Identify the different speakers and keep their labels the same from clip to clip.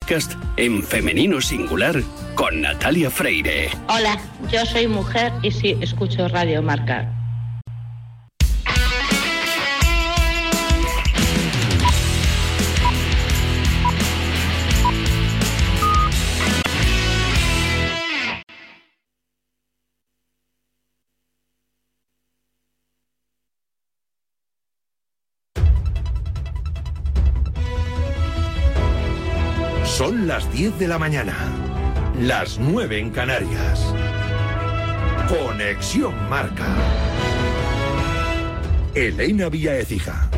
Speaker 1: podcast en femenino singular con Natalia Freire.
Speaker 2: Hola, yo soy mujer y sí escucho Radio Marca.
Speaker 3: Son las 10 de la mañana, las 9 en Canarias. Conexión Marca. Elena Vía Ecija.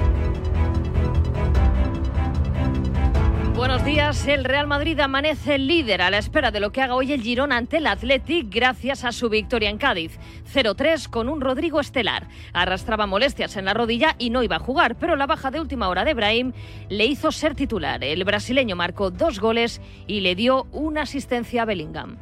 Speaker 4: Buenos días. El Real Madrid amanece líder a la espera de lo que haga hoy el Girón ante el Athletic gracias a su victoria en Cádiz. 0-3 con un Rodrigo Estelar. Arrastraba molestias en la rodilla y no iba a jugar, pero la baja de última hora de Brahim le hizo ser titular. El brasileño marcó dos goles y le dio una asistencia a Bellingham.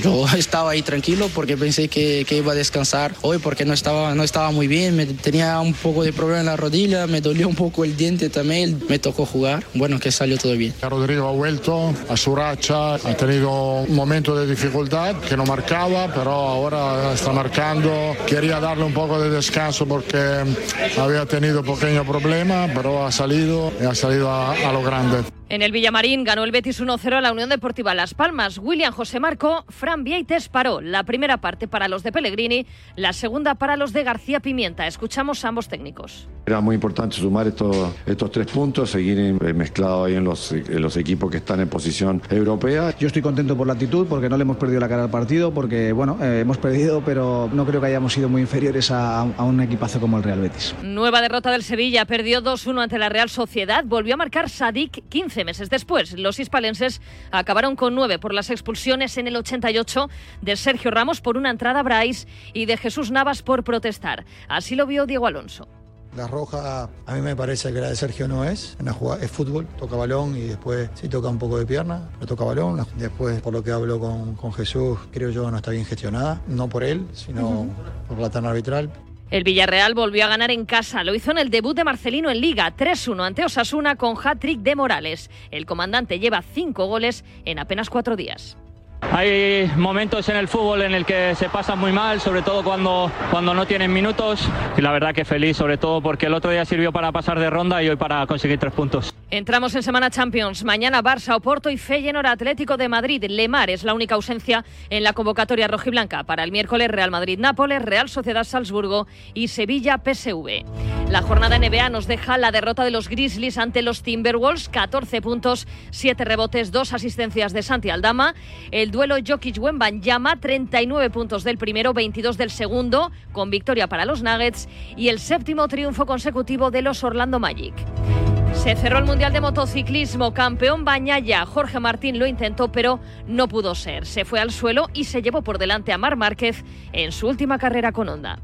Speaker 5: Yo estaba ahí tranquilo porque pensé que, que iba a descansar hoy porque no estaba, no estaba muy bien, me tenía un poco de problema en la rodilla, me dolió un poco el diente también, me tocó jugar, bueno que salió todo bien.
Speaker 6: Rodrigo ha vuelto a su racha, ha tenido un momento de dificultad que no marcaba, pero ahora está marcando. Quería darle un poco de descanso porque había tenido pequeño problema, pero ha salido y ha salido a, a lo grande.
Speaker 4: En el Villamarín ganó el Betis 1-0 a la Unión Deportiva Las Palmas. William José Marco, Fran Vieites paró. La primera parte para los de Pellegrini, la segunda para los de García Pimienta. Escuchamos a ambos técnicos.
Speaker 7: Era muy importante sumar estos, estos tres puntos, seguir mezclado ahí en los, en los equipos que están en posición europea.
Speaker 8: Yo estoy contento por la actitud, porque no le hemos perdido la cara al partido, porque bueno, eh, hemos perdido, pero no creo que hayamos sido muy inferiores a, a un equipazo como el Real Betis.
Speaker 4: Nueva derrota del Sevilla, perdió 2-1 ante la Real Sociedad, volvió a marcar Sadik 15 meses después. Los hispalenses acabaron con nueve por las expulsiones en el 88 de Sergio Ramos por una entrada a Bryce y de Jesús Navas por protestar. Así lo vio Diego Alonso.
Speaker 9: La roja, a mí me parece que la de Sergio no es. Una jugada, es fútbol, toca balón y después sí toca un poco de pierna, no toca balón. Después, por lo que hablo con, con Jesús, creo yo no está bien gestionada. No por él, sino uh -huh. por la tan arbitral.
Speaker 4: El Villarreal volvió a ganar en casa. Lo hizo en el debut de Marcelino en Liga, 3-1 ante Osasuna con hat-trick de Morales. El comandante lleva cinco goles en apenas cuatro días.
Speaker 10: Hay momentos en el fútbol en el que se pasa muy mal, sobre todo cuando, cuando no tienen minutos. Y la verdad que feliz, sobre todo porque el otro día sirvió para pasar de ronda y hoy para conseguir tres puntos.
Speaker 4: Entramos en Semana Champions. Mañana Barça, Oporto y Feyenoord Atlético de Madrid. Lemar es la única ausencia en la convocatoria rojiblanca. Para el miércoles Real Madrid-Nápoles, Real Sociedad Salzburgo y Sevilla-PSV. La jornada NBA nos deja la derrota de los Grizzlies ante los Timberwolves. 14 puntos, 7 rebotes, 2 asistencias de Santi Aldama. El duelo Jokic-Wembanyama, 39 puntos del primero, 22 del segundo, con victoria para los Nuggets y el séptimo triunfo consecutivo de los Orlando Magic. Se cerró el Mundial de Motociclismo, campeón Bañaya. Jorge Martín lo intentó, pero no pudo ser. Se fue al suelo y se llevó por delante a Mar Márquez en su última carrera con Honda.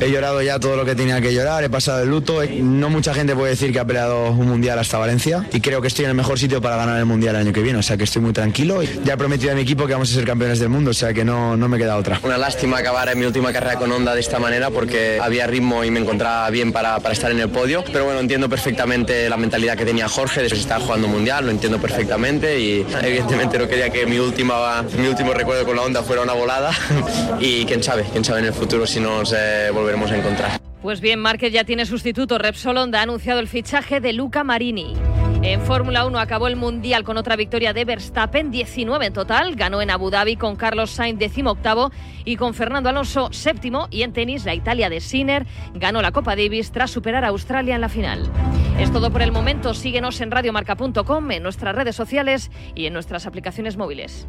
Speaker 11: He llorado ya todo lo que tenía que llorar, he pasado el luto. Eh, No mucha gente puede decir que ha peleado un mundial hasta Valencia y creo que estoy en el mejor sitio para ganar el mundial el año que viene, o sea que estoy muy tranquilo. Ya he prometido a mi equipo que vamos a ser campeones del mundo, o sea que no, no me queda otra.
Speaker 12: Una lástima acabar en mi última carrera con Honda de esta manera porque había ritmo y me encontraba bien para, para estar en el podio, pero bueno, entiendo perfectamente la mentalidad que tenía Jorge de estar jugando mundial, lo entiendo perfectamente y evidentemente no quería que mi, última, mi último recuerdo con la Honda fuera una volada y quién sabe, quién sabe en el futuro si nos eh, volvemos a encontrar.
Speaker 4: Pues bien, Márquez ya tiene sustituto. Repsol Honda ha anunciado el fichaje de Luca Marini. En Fórmula 1 acabó el Mundial con otra victoria de Verstappen, 19 en total. Ganó en Abu Dhabi con Carlos Sainz, decimoctavo, y con Fernando Alonso, séptimo. Y en tenis, la Italia de Sinner ganó la Copa Davis tras superar a Australia en la final. Es todo por el momento. Síguenos en radiomarca.com, en nuestras redes sociales y en nuestras aplicaciones móviles.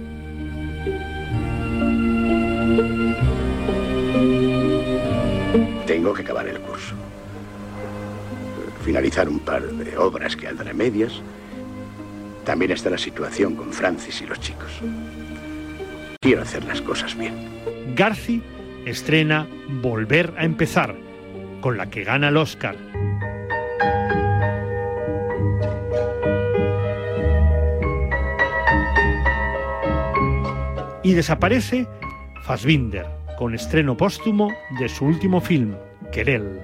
Speaker 13: Tengo que acabar el curso.
Speaker 14: finalizar un par de obras que andan a medias. También está la situación con Francis y los chicos. Quiero hacer las cosas bien.
Speaker 15: Garci estrena Volver a empezar, con la que gana el Oscar. Y desaparece Fassbinder, con estreno póstumo de su último film, Querel.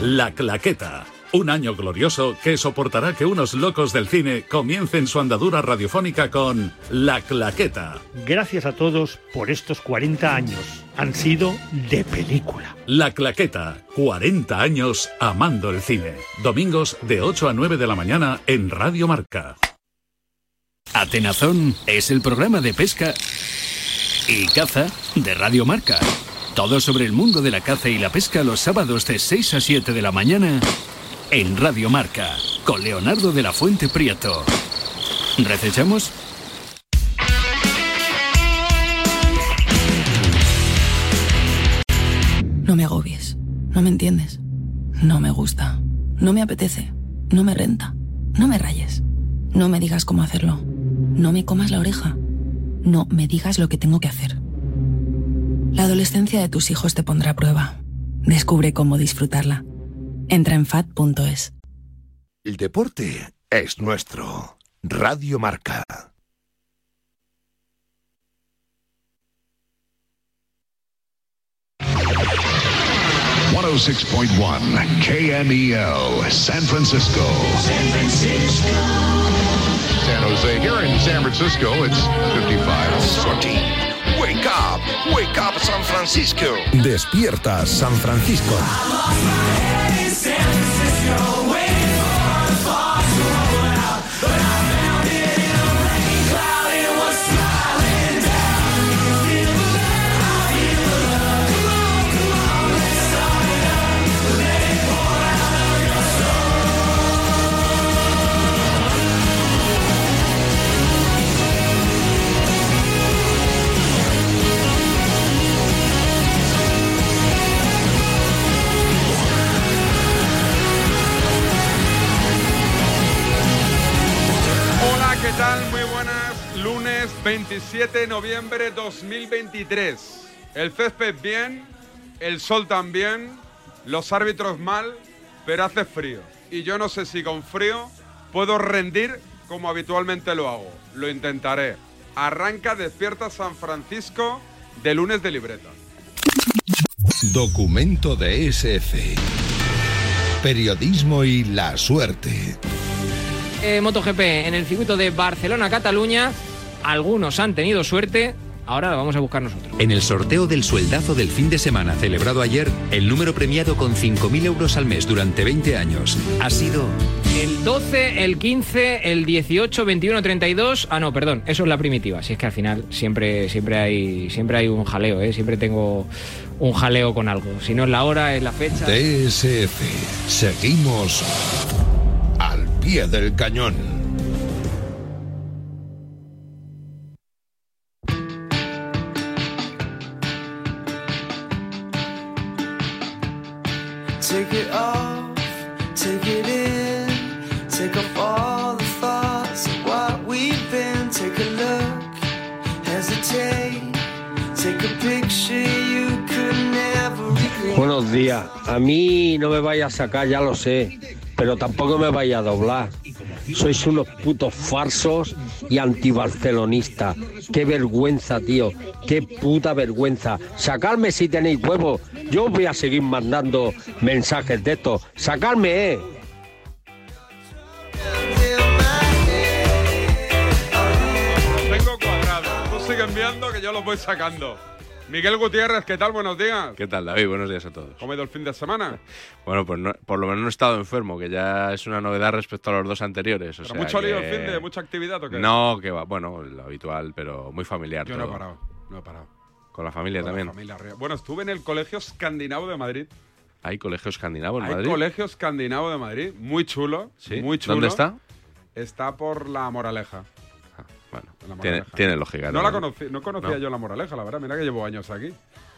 Speaker 16: La Claqueta. Un año glorioso que soportará que unos locos del cine comiencen su andadura radiofónica con La Claqueta.
Speaker 15: Gracias a todos por estos 40 años. Han sido de película.
Speaker 16: La Claqueta. 40 años amando el cine. Domingos de 8 a 9 de la mañana en Radio Marca.
Speaker 17: Atenazón es el programa de pesca y caza de Radio Marca. Todo sobre el mundo de la caza y la pesca los sábados de 6 a 7 de la mañana en Radio Marca con Leonardo de la Fuente Prieto. ¿Recechamos?
Speaker 18: No me agobies. No me entiendes. No me gusta. No me apetece. No me renta. No me rayes. No me digas cómo hacerlo. No me comas la oreja. No me digas lo que tengo que hacer. La adolescencia de tus hijos te pondrá a prueba. Descubre cómo disfrutarla. Entra en fat.es.
Speaker 3: El deporte es nuestro. Radio Marca.
Speaker 19: Six point one KMEL, San Francisco. San Francisco. San Jose. Here in San Francisco, it's 55. 40. Wake up! Wake up, San Francisco!
Speaker 3: Despierta San Francisco.
Speaker 20: Hola, ¿qué tal? Muy buenas. Lunes 27 de noviembre 2023. El césped bien, el sol también, los árbitros mal, pero hace frío. Y yo no sé si con frío puedo rendir como habitualmente lo hago. Lo intentaré. Arranca Despierta San Francisco de lunes de libreta.
Speaker 3: Documento de SF. Periodismo y la suerte.
Speaker 10: Eh, MotoGP en el circuito de Barcelona-Cataluña. Algunos han tenido suerte, ahora la vamos a buscar nosotros.
Speaker 9: En el sorteo del sueldazo del fin de semana celebrado ayer, el número premiado con 5.000 euros al mes durante 20 años ha sido...
Speaker 10: El 12, el 15, el 18, 21, 32. Ah, no, perdón, eso es la primitiva. Si es que al final siempre, siempre, hay, siempre hay un jaleo, ¿eh? siempre tengo un jaleo con algo. Si no es la hora, es la fecha.
Speaker 3: DSF. Seguimos al pie del cañón.
Speaker 21: Take it off, take it in, take off all the thoughts of what we've been. Take a look, hesitate, take a picture you could never recreate.
Speaker 12: Buenos días. A mí no me vaya a sacar, ya lo sé, pero tampoco me vaya a doblar. Sois unos putos farsos y antibarcelonistas. Qué vergüenza, tío. Qué puta vergüenza. Sacarme si tenéis huevos. Yo os voy a seguir mandando mensajes de estos. Sacarme, eh.
Speaker 20: Tengo cuadrado. Tú sigue enviando que yo los voy sacando. Miguel Gutiérrez, ¿qué tal? Buenos días.
Speaker 22: ¿Qué tal, David? Buenos días a todos.
Speaker 20: ¿Cómo ha ido el fin de semana?
Speaker 22: Bueno, pues no- por lo menos no he estado enfermo, que ya es una novedad respecto a los dos anteriores. o
Speaker 20: Pero
Speaker 22: sea
Speaker 20: mucho lío
Speaker 22: que-
Speaker 20: el fin de mucha actividad o qué?
Speaker 22: No, que va. Bueno, lo habitual, pero muy familiar
Speaker 20: Yo no
Speaker 22: todo.
Speaker 20: he parado, no he parado.
Speaker 22: Con la familia
Speaker 20: Con la
Speaker 22: también.
Speaker 20: familia arriba. bueno, estuve en el Colegio Escandinavo de Madrid.
Speaker 22: Hay colegio escandinavo en
Speaker 20: Hay
Speaker 22: Ah, Madrid.
Speaker 20: Colegio Escandinavo de Madrid, muy chulo,
Speaker 22: Sí.
Speaker 20: muy chulo.
Speaker 22: ¿Dónde está?
Speaker 20: Está por La Moraleja.
Speaker 22: Bueno,
Speaker 20: La
Speaker 22: tiene,
Speaker 20: Moraleja.
Speaker 22: tiene lógica.
Speaker 20: No la conocí, no conocía
Speaker 22: No.
Speaker 20: yo La Moraleja, la verdad, mira que llevo años aquí.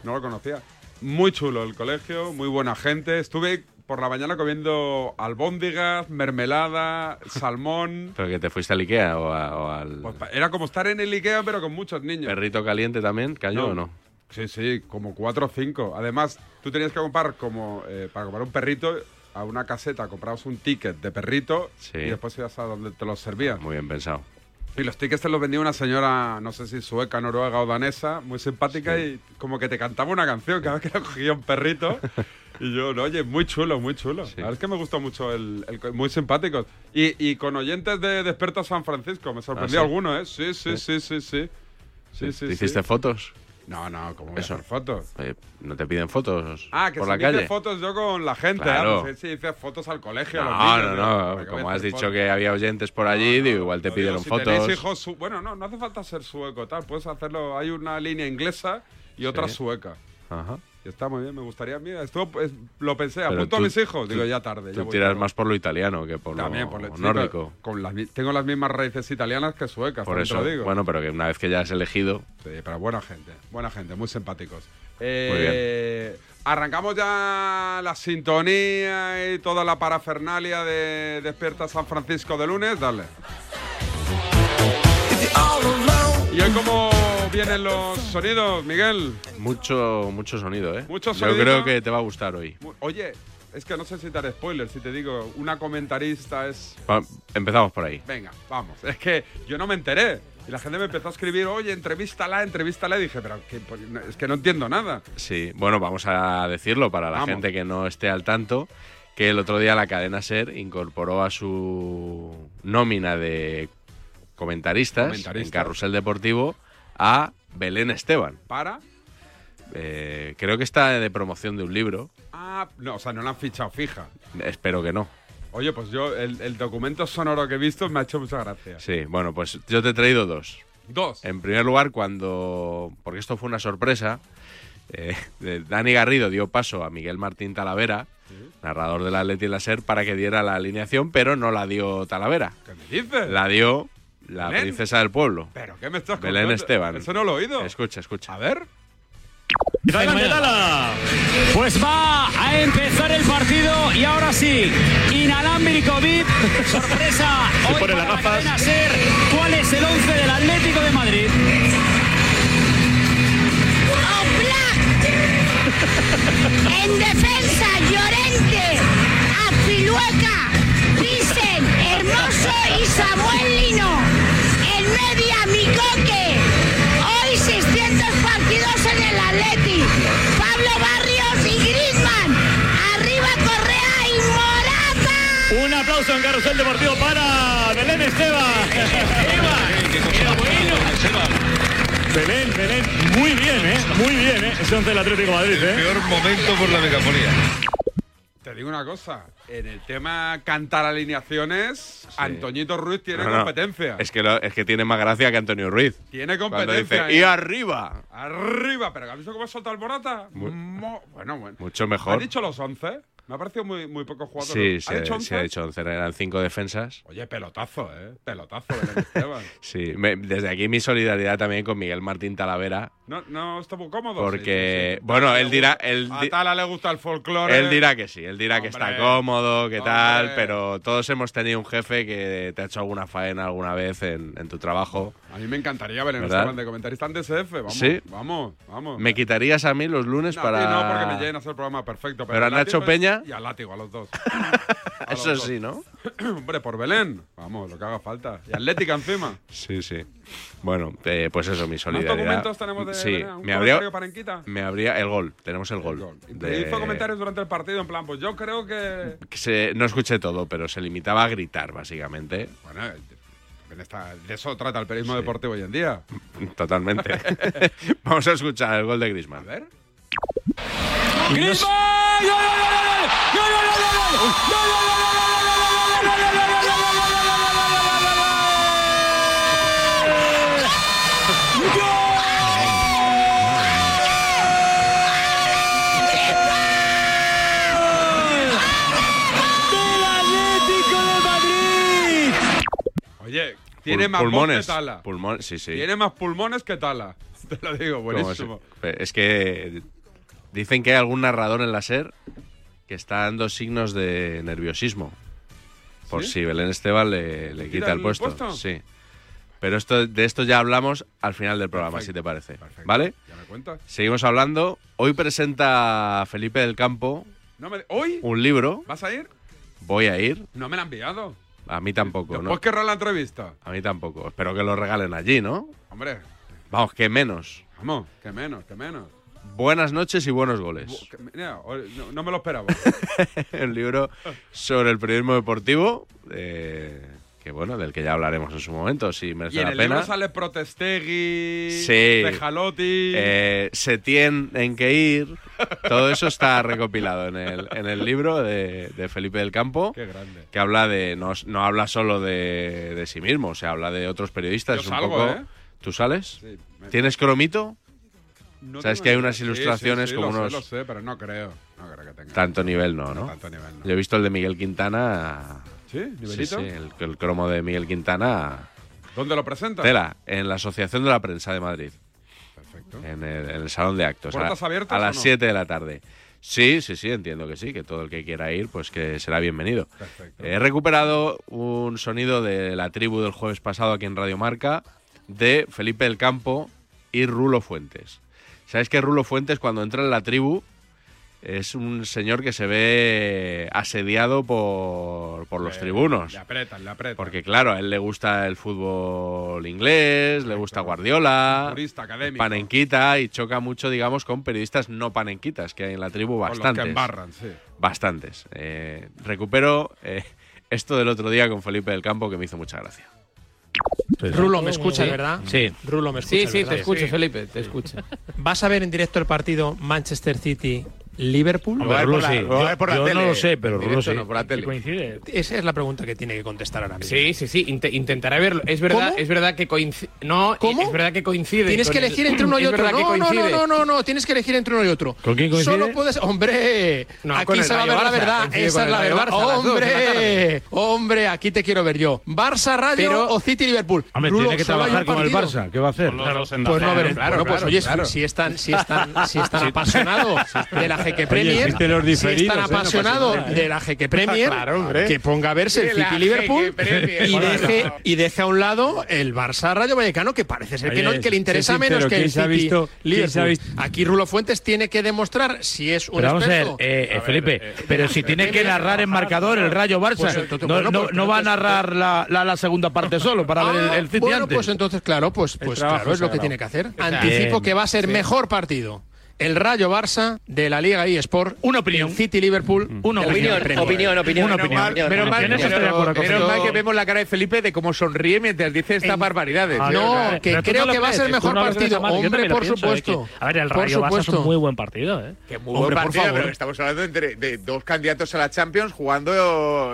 Speaker 20: No la conocía. Muy chulo el colegio, muy buena gente. Estuve por la mañana comiendo albóndigas, mermelada, salmón.
Speaker 22: ¿Pero que te fuiste al Ikea o, a- o al
Speaker 20: Pues Era como estar en el Ikea, pero con muchos niños.
Speaker 22: perrito caliente también? ¿Cayó
Speaker 20: No.
Speaker 22: o no?
Speaker 20: Sí, sí, como cuatro o cinco. Además, tú tenías que comprar como eh, para comprar un perrito a una caseta, comprabas un ticket de perrito
Speaker 22: Sí.
Speaker 20: y después ibas a donde te los servían.
Speaker 22: Muy bien pensado.
Speaker 20: Y los tickets te los vendía una señora, no sé si sueca, noruega o danesa, muy simpática y como que te cantaba una canción cada vez que la cogía un perrito. y yo, no, oye, muy chulo, muy chulo. La verdad es que me gustó mucho, el, el co- muy simpáticos. Y, y con oyentes de Desperta San Francisco, me sorprendió
Speaker 22: Ah, ¿sí?
Speaker 20: alguno, ¿eh? Sí, sí, sí, sí, sí. Sí, sí,
Speaker 22: ¿Te hiciste
Speaker 20: sí.
Speaker 22: fotos?
Speaker 20: No, no, como
Speaker 22: eso. Eh,
Speaker 20: fotos.
Speaker 22: ¿No te piden fotos
Speaker 20: Ah, que
Speaker 22: por
Speaker 20: si
Speaker 22: la
Speaker 20: me hice
Speaker 22: calle?
Speaker 20: fotos yo con la gente,
Speaker 22: Claro.
Speaker 20: ¿eh? Sí, sí, hice fotos al colegio. a los
Speaker 22: No,
Speaker 20: niños,
Speaker 22: no,
Speaker 20: digo,
Speaker 22: no.
Speaker 20: ¿para qué voy
Speaker 22: Como
Speaker 20: a
Speaker 22: has
Speaker 20: hacer
Speaker 22: dicho que había oyentes por allí, digo, igual te pidieron
Speaker 20: si
Speaker 22: fotos.
Speaker 20: tenéis hijos su- bueno, no, no hace falta ser sueco, tal, puedes hacerlo. Hay una línea inglesa y otra
Speaker 22: Sí.
Speaker 20: sueca.
Speaker 22: Ajá.
Speaker 20: Y está muy bien, me gustaría, mira, esto pues, lo pensé,
Speaker 22: Pero
Speaker 20: apunto a
Speaker 22: tú-
Speaker 20: mis hijos,
Speaker 22: tú-
Speaker 20: digo ya tarde. ya
Speaker 22: Tú
Speaker 20: voy
Speaker 22: tiras
Speaker 20: tarde.
Speaker 22: más por lo italiano que por
Speaker 20: También,
Speaker 22: lo
Speaker 20: por lo- sí,
Speaker 22: nórdico.
Speaker 20: Con las mi- tengo las mismas raíces italianas que suecas,
Speaker 22: por
Speaker 20: también te
Speaker 22: eso.
Speaker 20: lo digo.
Speaker 22: Bueno, pero que una vez que ya has elegido.
Speaker 20: Sí, pero buena gente, buena gente, muy simpáticos.
Speaker 22: Muy bien.
Speaker 20: Eh, Arrancamos ya la sintonía y toda la parafernalia de Despierta San Francisco de lunes, dale. ¿Y hoy cómo vienen los sonidos, Miguel?
Speaker 22: Mucho, mucho sonido, ¿eh?
Speaker 20: Mucho
Speaker 22: Yo
Speaker 20: sonidito.
Speaker 22: creo que te va a gustar hoy.
Speaker 20: Mu- Oye, es que no sé si te haré spoiler, si te digo, una comentarista es...
Speaker 22: Va- empezamos por ahí.
Speaker 20: Venga, vamos. Es que yo no me enteré. Y la gente me empezó a escribir, oye, entrevístala, entrevístala. Y dije, pero que- pues, no- es que no entiendo nada.
Speaker 22: Sí, bueno, vamos a decirlo para la
Speaker 20: Vamos.
Speaker 22: gente que no esté al tanto, que el otro día la cadena SER incorporó a su nómina de comentaristas
Speaker 20: Comentaristas.
Speaker 22: en Carrusel Deportivo a Belén Esteban.
Speaker 20: ¿Para?
Speaker 22: Eh, creo que está de promoción de un libro,
Speaker 20: Ah, no, o sea, no la han fichado fija.
Speaker 22: espero que no.
Speaker 20: Oye, pues yo, el, el documento sonoro que he visto me ha hecho mucha gracia.
Speaker 22: Sí, bueno, pues yo te he traído dos.
Speaker 20: Dos.
Speaker 22: En primer lugar, cuando. Porque esto fue una sorpresa. eh, de- Dani Garrido dio paso a Miguel Martín Talavera, narrador del Atleti y la SER, para que diera la alineación, pero no la dio Talavera.
Speaker 20: ¿Qué me dices?
Speaker 22: La dio la
Speaker 20: Belén.
Speaker 22: princesa del pueblo.
Speaker 20: ¿Pero qué me estás
Speaker 22: Belén
Speaker 20: contando?
Speaker 22: Esteban.
Speaker 20: Eso no lo he oído.
Speaker 22: Escucha, escucha. A
Speaker 20: ver.
Speaker 23: Adelante, Tala. Pues va a empezar el partido y ahora sí, inalámbrico VIP, sorpresa. Hoy para la cadena SER, ¿cuál es el 11 del Atlético de Madrid?
Speaker 6: En defensa, Llorente, Apilueca, Vicen, Hermoso y Samuel Lino. En media, Micoque. Hoy 600 partidos en el Atleti. Pablo Barrios y Griezmann. Arriba Correa y Morata.
Speaker 23: Un aplauso en Carrusel Deportivo para Belén Esteban. Belén, Belén, muy bien, ¿eh? Muy bien, ¿eh? Ese once del Atlético de Madrid, ¿eh? peor momento por la megafonía.
Speaker 20: Te digo una cosa. En el tema cantar alineaciones, Antoñito Ruiz tiene
Speaker 22: No, no.
Speaker 20: competencia.
Speaker 22: Es que, lo- es que tiene más gracia que Antonio Ruiz.
Speaker 20: Tiene
Speaker 22: Cuando
Speaker 20: competencia.
Speaker 22: dice,
Speaker 20: ¿eh?
Speaker 22: ¡Y arriba!
Speaker 20: Arriba. Pero ¿has visto cómo ha soltado el Morata? Mo- bueno, bueno.
Speaker 22: Mucho
Speaker 20: ¿Has
Speaker 22: mejor.
Speaker 20: dicho los 11? Me ha parecido muy, muy poco jugador.
Speaker 22: Sí,
Speaker 20: ¿Ha
Speaker 22: se,
Speaker 20: dicho
Speaker 22: se
Speaker 20: 11?
Speaker 22: ha dicho 11. Eran cinco defensas.
Speaker 20: Oye, pelotazo, ¿eh? Pelotazo. Belén Esteban.
Speaker 22: Sí, me- desde aquí mi solidaridad también con Miguel Martín Talavera.
Speaker 20: no, no está muy cómodo.
Speaker 22: Porque, bueno, él dirá, él,
Speaker 20: A
Speaker 22: di-
Speaker 20: Tala le gusta el folclore.
Speaker 22: él dirá que sí, él dirá que está
Speaker 20: Hombre,
Speaker 22: cómodo, que tal, pero todos hemos tenido un jefe que te ha hecho alguna faena alguna vez en, en tu trabajo.
Speaker 20: A mí me encantaría ver en
Speaker 22: ¿Verdad?
Speaker 20: Esteban de comentarista en DSF. Vamos,
Speaker 22: Sí.
Speaker 20: vamos, vamos.
Speaker 22: ¿Me quitarías a mí los lunes
Speaker 20: No, a
Speaker 22: para...?
Speaker 20: ti no, porque me lleguen a hacer el programa perfecto.
Speaker 22: Pero a
Speaker 20: al
Speaker 22: Nacho
Speaker 20: látigo es-
Speaker 22: Peña-
Speaker 20: Y al látigo, a los dos.
Speaker 22: Eso sí, ¿no?
Speaker 20: Hombre, por Belén. Vamos, lo que haga falta. Y Atlética encima.
Speaker 22: Sí, sí. Bueno, eh, pues eso, mi
Speaker 20: ¿Más
Speaker 22: solidaridad.
Speaker 20: documentos tenemos de
Speaker 22: Sí,
Speaker 20: Belén? ¿Un
Speaker 22: me habría,
Speaker 20: comentario para Enquita?
Speaker 22: me habría el gol, tenemos el gol.
Speaker 20: Te
Speaker 22: De-
Speaker 20: hizo comentarios durante el partido en plan, pues yo creo que...
Speaker 22: que se- no escuché todo, pero se limitaba a gritar, básicamente.
Speaker 20: Bueno, eh, en esta- Pues de eso trata el periodismo deportivo hoy en día.
Speaker 22: Totalmente. Vamos a escuchar el gol de Griezmann.
Speaker 20: ver.
Speaker 19: ¡Del Atlético de Madrid!
Speaker 20: Oye, tiene más voz
Speaker 22: pulmones.
Speaker 20: que Tala.
Speaker 22: Pulmon- sí, sí.
Speaker 20: Tiene más pulmones que Tala. Te lo digo,
Speaker 22: ¿Cómo
Speaker 20: buenísimo.
Speaker 22: se- Es E que dicen que hay algún narrador en la SER que está dando signos de nerviosismo. Por
Speaker 20: ¿Sí?
Speaker 22: si Belén Esteban le, le quita el
Speaker 20: el
Speaker 22: puesto.
Speaker 20: puesto?
Speaker 22: Sí. Pero esto, de esto ya hablamos al final del programa, si te parece. ¿Vale?
Speaker 20: ¿Me cuentas?
Speaker 22: Seguimos hablando. Hoy presenta Felipe del Campo
Speaker 20: No me- ¿Hoy?
Speaker 22: un libro.
Speaker 20: ¿Vas a ir?
Speaker 22: Voy a ir.
Speaker 20: No me la han enviado.
Speaker 22: A mí tampoco, ¿no?
Speaker 20: Pues querrá la entrevista.
Speaker 22: A mí tampoco. Espero que lo regalen allí, ¿no?
Speaker 20: Hombre,
Speaker 22: Vamos, que menos.
Speaker 20: vamos, que menos, que menos.
Speaker 22: Buenas noches y buenos goles.
Speaker 20: Que- mira, hoy- no, no me lo esperaba.
Speaker 22: el libro sobre el periodismo deportivo, eh, que bueno, del que ya hablaremos en su momento, si merece
Speaker 20: y en
Speaker 22: la
Speaker 20: el
Speaker 22: pena.
Speaker 20: libro sale Protestegui,
Speaker 22: Sí.
Speaker 20: Bejalotti.
Speaker 22: Eh, Setién en que ir. Todo eso está recopilado en el, en el libro de, de Felipe del Campo.
Speaker 20: Qué grande.
Speaker 22: Que habla de. No, no habla solo de, de sí mismo, o sea, habla de otros periodistas.
Speaker 20: Yo
Speaker 22: es
Speaker 20: salgo,
Speaker 22: un poco,
Speaker 20: ¿eh?
Speaker 22: ¿Tú sales?
Speaker 20: Sí, me-
Speaker 22: ¿Tienes cromito?
Speaker 20: No
Speaker 22: ¿Sabes
Speaker 20: tengo
Speaker 22: que hay
Speaker 20: ni idea.
Speaker 22: unas
Speaker 20: Sí, sí,
Speaker 22: ilustraciones
Speaker 20: sí,
Speaker 22: como
Speaker 20: lo sé,
Speaker 22: unos-
Speaker 20: lo sé, pero no creo. No creo que tenga.
Speaker 22: Tanto nivel no, ¿no?
Speaker 20: No, tanto nivel no.
Speaker 22: Yo he visto el de Miguel Quintana.
Speaker 20: ¿Sí?
Speaker 22: Sí,
Speaker 20: ¿Nivelito?
Speaker 22: sí, el, el cromo de Miguel Quintana.
Speaker 20: ¿Dónde lo presentas?
Speaker 22: Tela, en la Asociación de la Prensa de Madrid. En el, en el Salón de Actos.
Speaker 20: ¿Puertas
Speaker 22: a,
Speaker 20: abiertas
Speaker 22: a
Speaker 20: o
Speaker 22: las
Speaker 20: no?
Speaker 22: 7 de la tarde. Sí, sí, sí, entiendo que sí, que todo el que quiera ir, pues que será bienvenido. He recuperado un sonido de la tribu del jueves pasado aquí en Radio Marca de Felipe del Campo y Rulo Fuentes. ¿Sabes que Rulo Fuentes cuando entra en la tribu es un señor que se ve asediado por, por
Speaker 20: Eh,
Speaker 22: los tribunos?
Speaker 20: Le apretan, le apretan.
Speaker 22: Porque claro, a él le gusta el fútbol inglés, le gusta Guardiola,
Speaker 20: Jurista académico.
Speaker 22: panenquita y choca mucho, digamos, con periodistas no panenquitas, que hay en la tribu
Speaker 20: Con los que
Speaker 22: bastantes.
Speaker 20: embarran, sí.
Speaker 22: Bastantes. Eh, recupero eh, esto del otro día con Felipe del Campo que me hizo mucha gracia.
Speaker 12: Rulo, ¿me escuchas, verdad?
Speaker 22: Sí.
Speaker 12: Rulo, ¿me escuchas,
Speaker 24: Sí, sí,
Speaker 12: verdad?
Speaker 24: te escucho, Felipe, te escucho.
Speaker 12: ¿Vas a ver en directo el partido Manchester City Liverpool?
Speaker 25: Hombre, Rulo sí. Yo- yo no lo sé, pero Rulo sí.
Speaker 12: coincide? Esa es la pregunta que tiene que contestar ahora mismo.
Speaker 24: Sí, sí, sí, inte- intentaré verlo. Es verdad,
Speaker 12: ¿Cómo?
Speaker 24: es verdad que coincide. No, es verdad que coincide.
Speaker 12: Tienes
Speaker 24: con
Speaker 12: que
Speaker 24: el-
Speaker 12: elegir entre uno y
Speaker 24: es
Speaker 12: otro.
Speaker 24: verdad que
Speaker 12: No, no, no,
Speaker 24: coincide.
Speaker 12: no, no, no, tienes que elegir entre uno y otro.
Speaker 24: ¿Con quién coincide?
Speaker 12: Solo puedes, hombre,
Speaker 24: No, con
Speaker 12: aquí
Speaker 24: el
Speaker 12: se va a
Speaker 24: Rayo
Speaker 12: ver la
Speaker 24: Barça,
Speaker 12: verdad,
Speaker 24: coincide
Speaker 12: esa
Speaker 24: con
Speaker 12: es
Speaker 24: el
Speaker 12: la
Speaker 24: Rayo
Speaker 12: verdad.
Speaker 24: Barça, a las dos de la
Speaker 12: Hombre, hombre, aquí te quiero ver yo. Barça Radio
Speaker 24: Pero-
Speaker 12: o City Liverpool.
Speaker 25: Hombre,
Speaker 12: Rulo,
Speaker 25: tiene que
Speaker 12: solo hay un
Speaker 25: trabajar con el
Speaker 12: partido.
Speaker 25: Barça. ¿Qué va a hacer?
Speaker 12: Pues no, pero claro, pues oye, si es tan, si es tan, si es tan apasionado de la
Speaker 25: Oye,
Speaker 12: Jeque Premier,
Speaker 25: existen los
Speaker 12: si es
Speaker 25: diferidos,
Speaker 12: tan
Speaker 25: ¿eh? No pasa
Speaker 12: apasionado
Speaker 25: nada, ¿eh?
Speaker 12: de la Jeque Premier,
Speaker 25: Claro, hombre.
Speaker 12: que ponga a verse el
Speaker 25: De la
Speaker 12: City Liverpool
Speaker 25: Jeque Premier.
Speaker 12: y
Speaker 25: Bueno,
Speaker 12: deje,
Speaker 25: no.
Speaker 12: y deje a un lado el Barça Rayo Vallecano, que parece ser que
Speaker 25: Oye,
Speaker 12: no, el que le interesa
Speaker 25: sé sincero,
Speaker 12: menos que el
Speaker 25: ¿quién se ha
Speaker 12: City
Speaker 25: visto- quién se ha
Speaker 12: Liverpool.
Speaker 25: visto-
Speaker 12: Aquí Rulo Fuentes tiene que demostrar si es un
Speaker 25: Pero vamos a ver,
Speaker 12: experto.
Speaker 25: eh, eh, Felipe, pero si tiene que narrar en marcador el Rayo
Speaker 12: eh, Pues
Speaker 25: Barça,
Speaker 12: entonces,
Speaker 25: no,
Speaker 12: bueno,
Speaker 25: no-
Speaker 12: pues
Speaker 25: no va a narrar la, la- la segunda parte solo para ver el, el City
Speaker 12: bueno,
Speaker 25: antes.
Speaker 12: pues entonces, claro, pues, pues
Speaker 25: trabajo
Speaker 12: claro, es lo que
Speaker 25: sagrado.
Speaker 12: tiene que hacer.
Speaker 25: Está
Speaker 12: Anticipo
Speaker 25: bien.
Speaker 12: que va a ser
Speaker 25: Sí.
Speaker 12: mejor partido. El Rayo Barça de la Liga eSport. Una opinión. City Liverpool.
Speaker 25: Una
Speaker 12: de la
Speaker 25: opinión.
Speaker 12: Liga Premier.
Speaker 25: Opinión, opinión. Mm. Una opinión.
Speaker 26: Menos mal- eh, menos mal,
Speaker 25: Opiniones estoy de
Speaker 26: menos-
Speaker 25: acuerdo con
Speaker 26: menos
Speaker 25: esto.
Speaker 26: mal que vemos la cara de Felipe de cómo sonríe mientras dice estas
Speaker 12: En-
Speaker 26: barbaridades.
Speaker 12: Ah,
Speaker 26: ¿eh?
Speaker 12: no,
Speaker 26: O sea,
Speaker 12: que
Speaker 26: pero tú
Speaker 12: creo
Speaker 26: no lo
Speaker 12: que va a
Speaker 26: crees, eh,
Speaker 12: ser
Speaker 26: tú
Speaker 12: mejor
Speaker 26: no lo
Speaker 12: partido.
Speaker 26: crees mal, yo
Speaker 12: Hombre,
Speaker 26: también lo
Speaker 12: por
Speaker 26: pienso, ¿eh?
Speaker 12: supuesto.
Speaker 26: Que- a ver, el
Speaker 12: Por
Speaker 26: Rayo Barça es un
Speaker 12: supuesto.
Speaker 26: muy
Speaker 10: buen partido, ¿eh?
Speaker 26: Que muy
Speaker 12: Hombre,
Speaker 26: buen
Speaker 12: por
Speaker 26: partido,
Speaker 12: favor.
Speaker 26: pero estamos hablando entre, de dos candidatos a la Champions jugando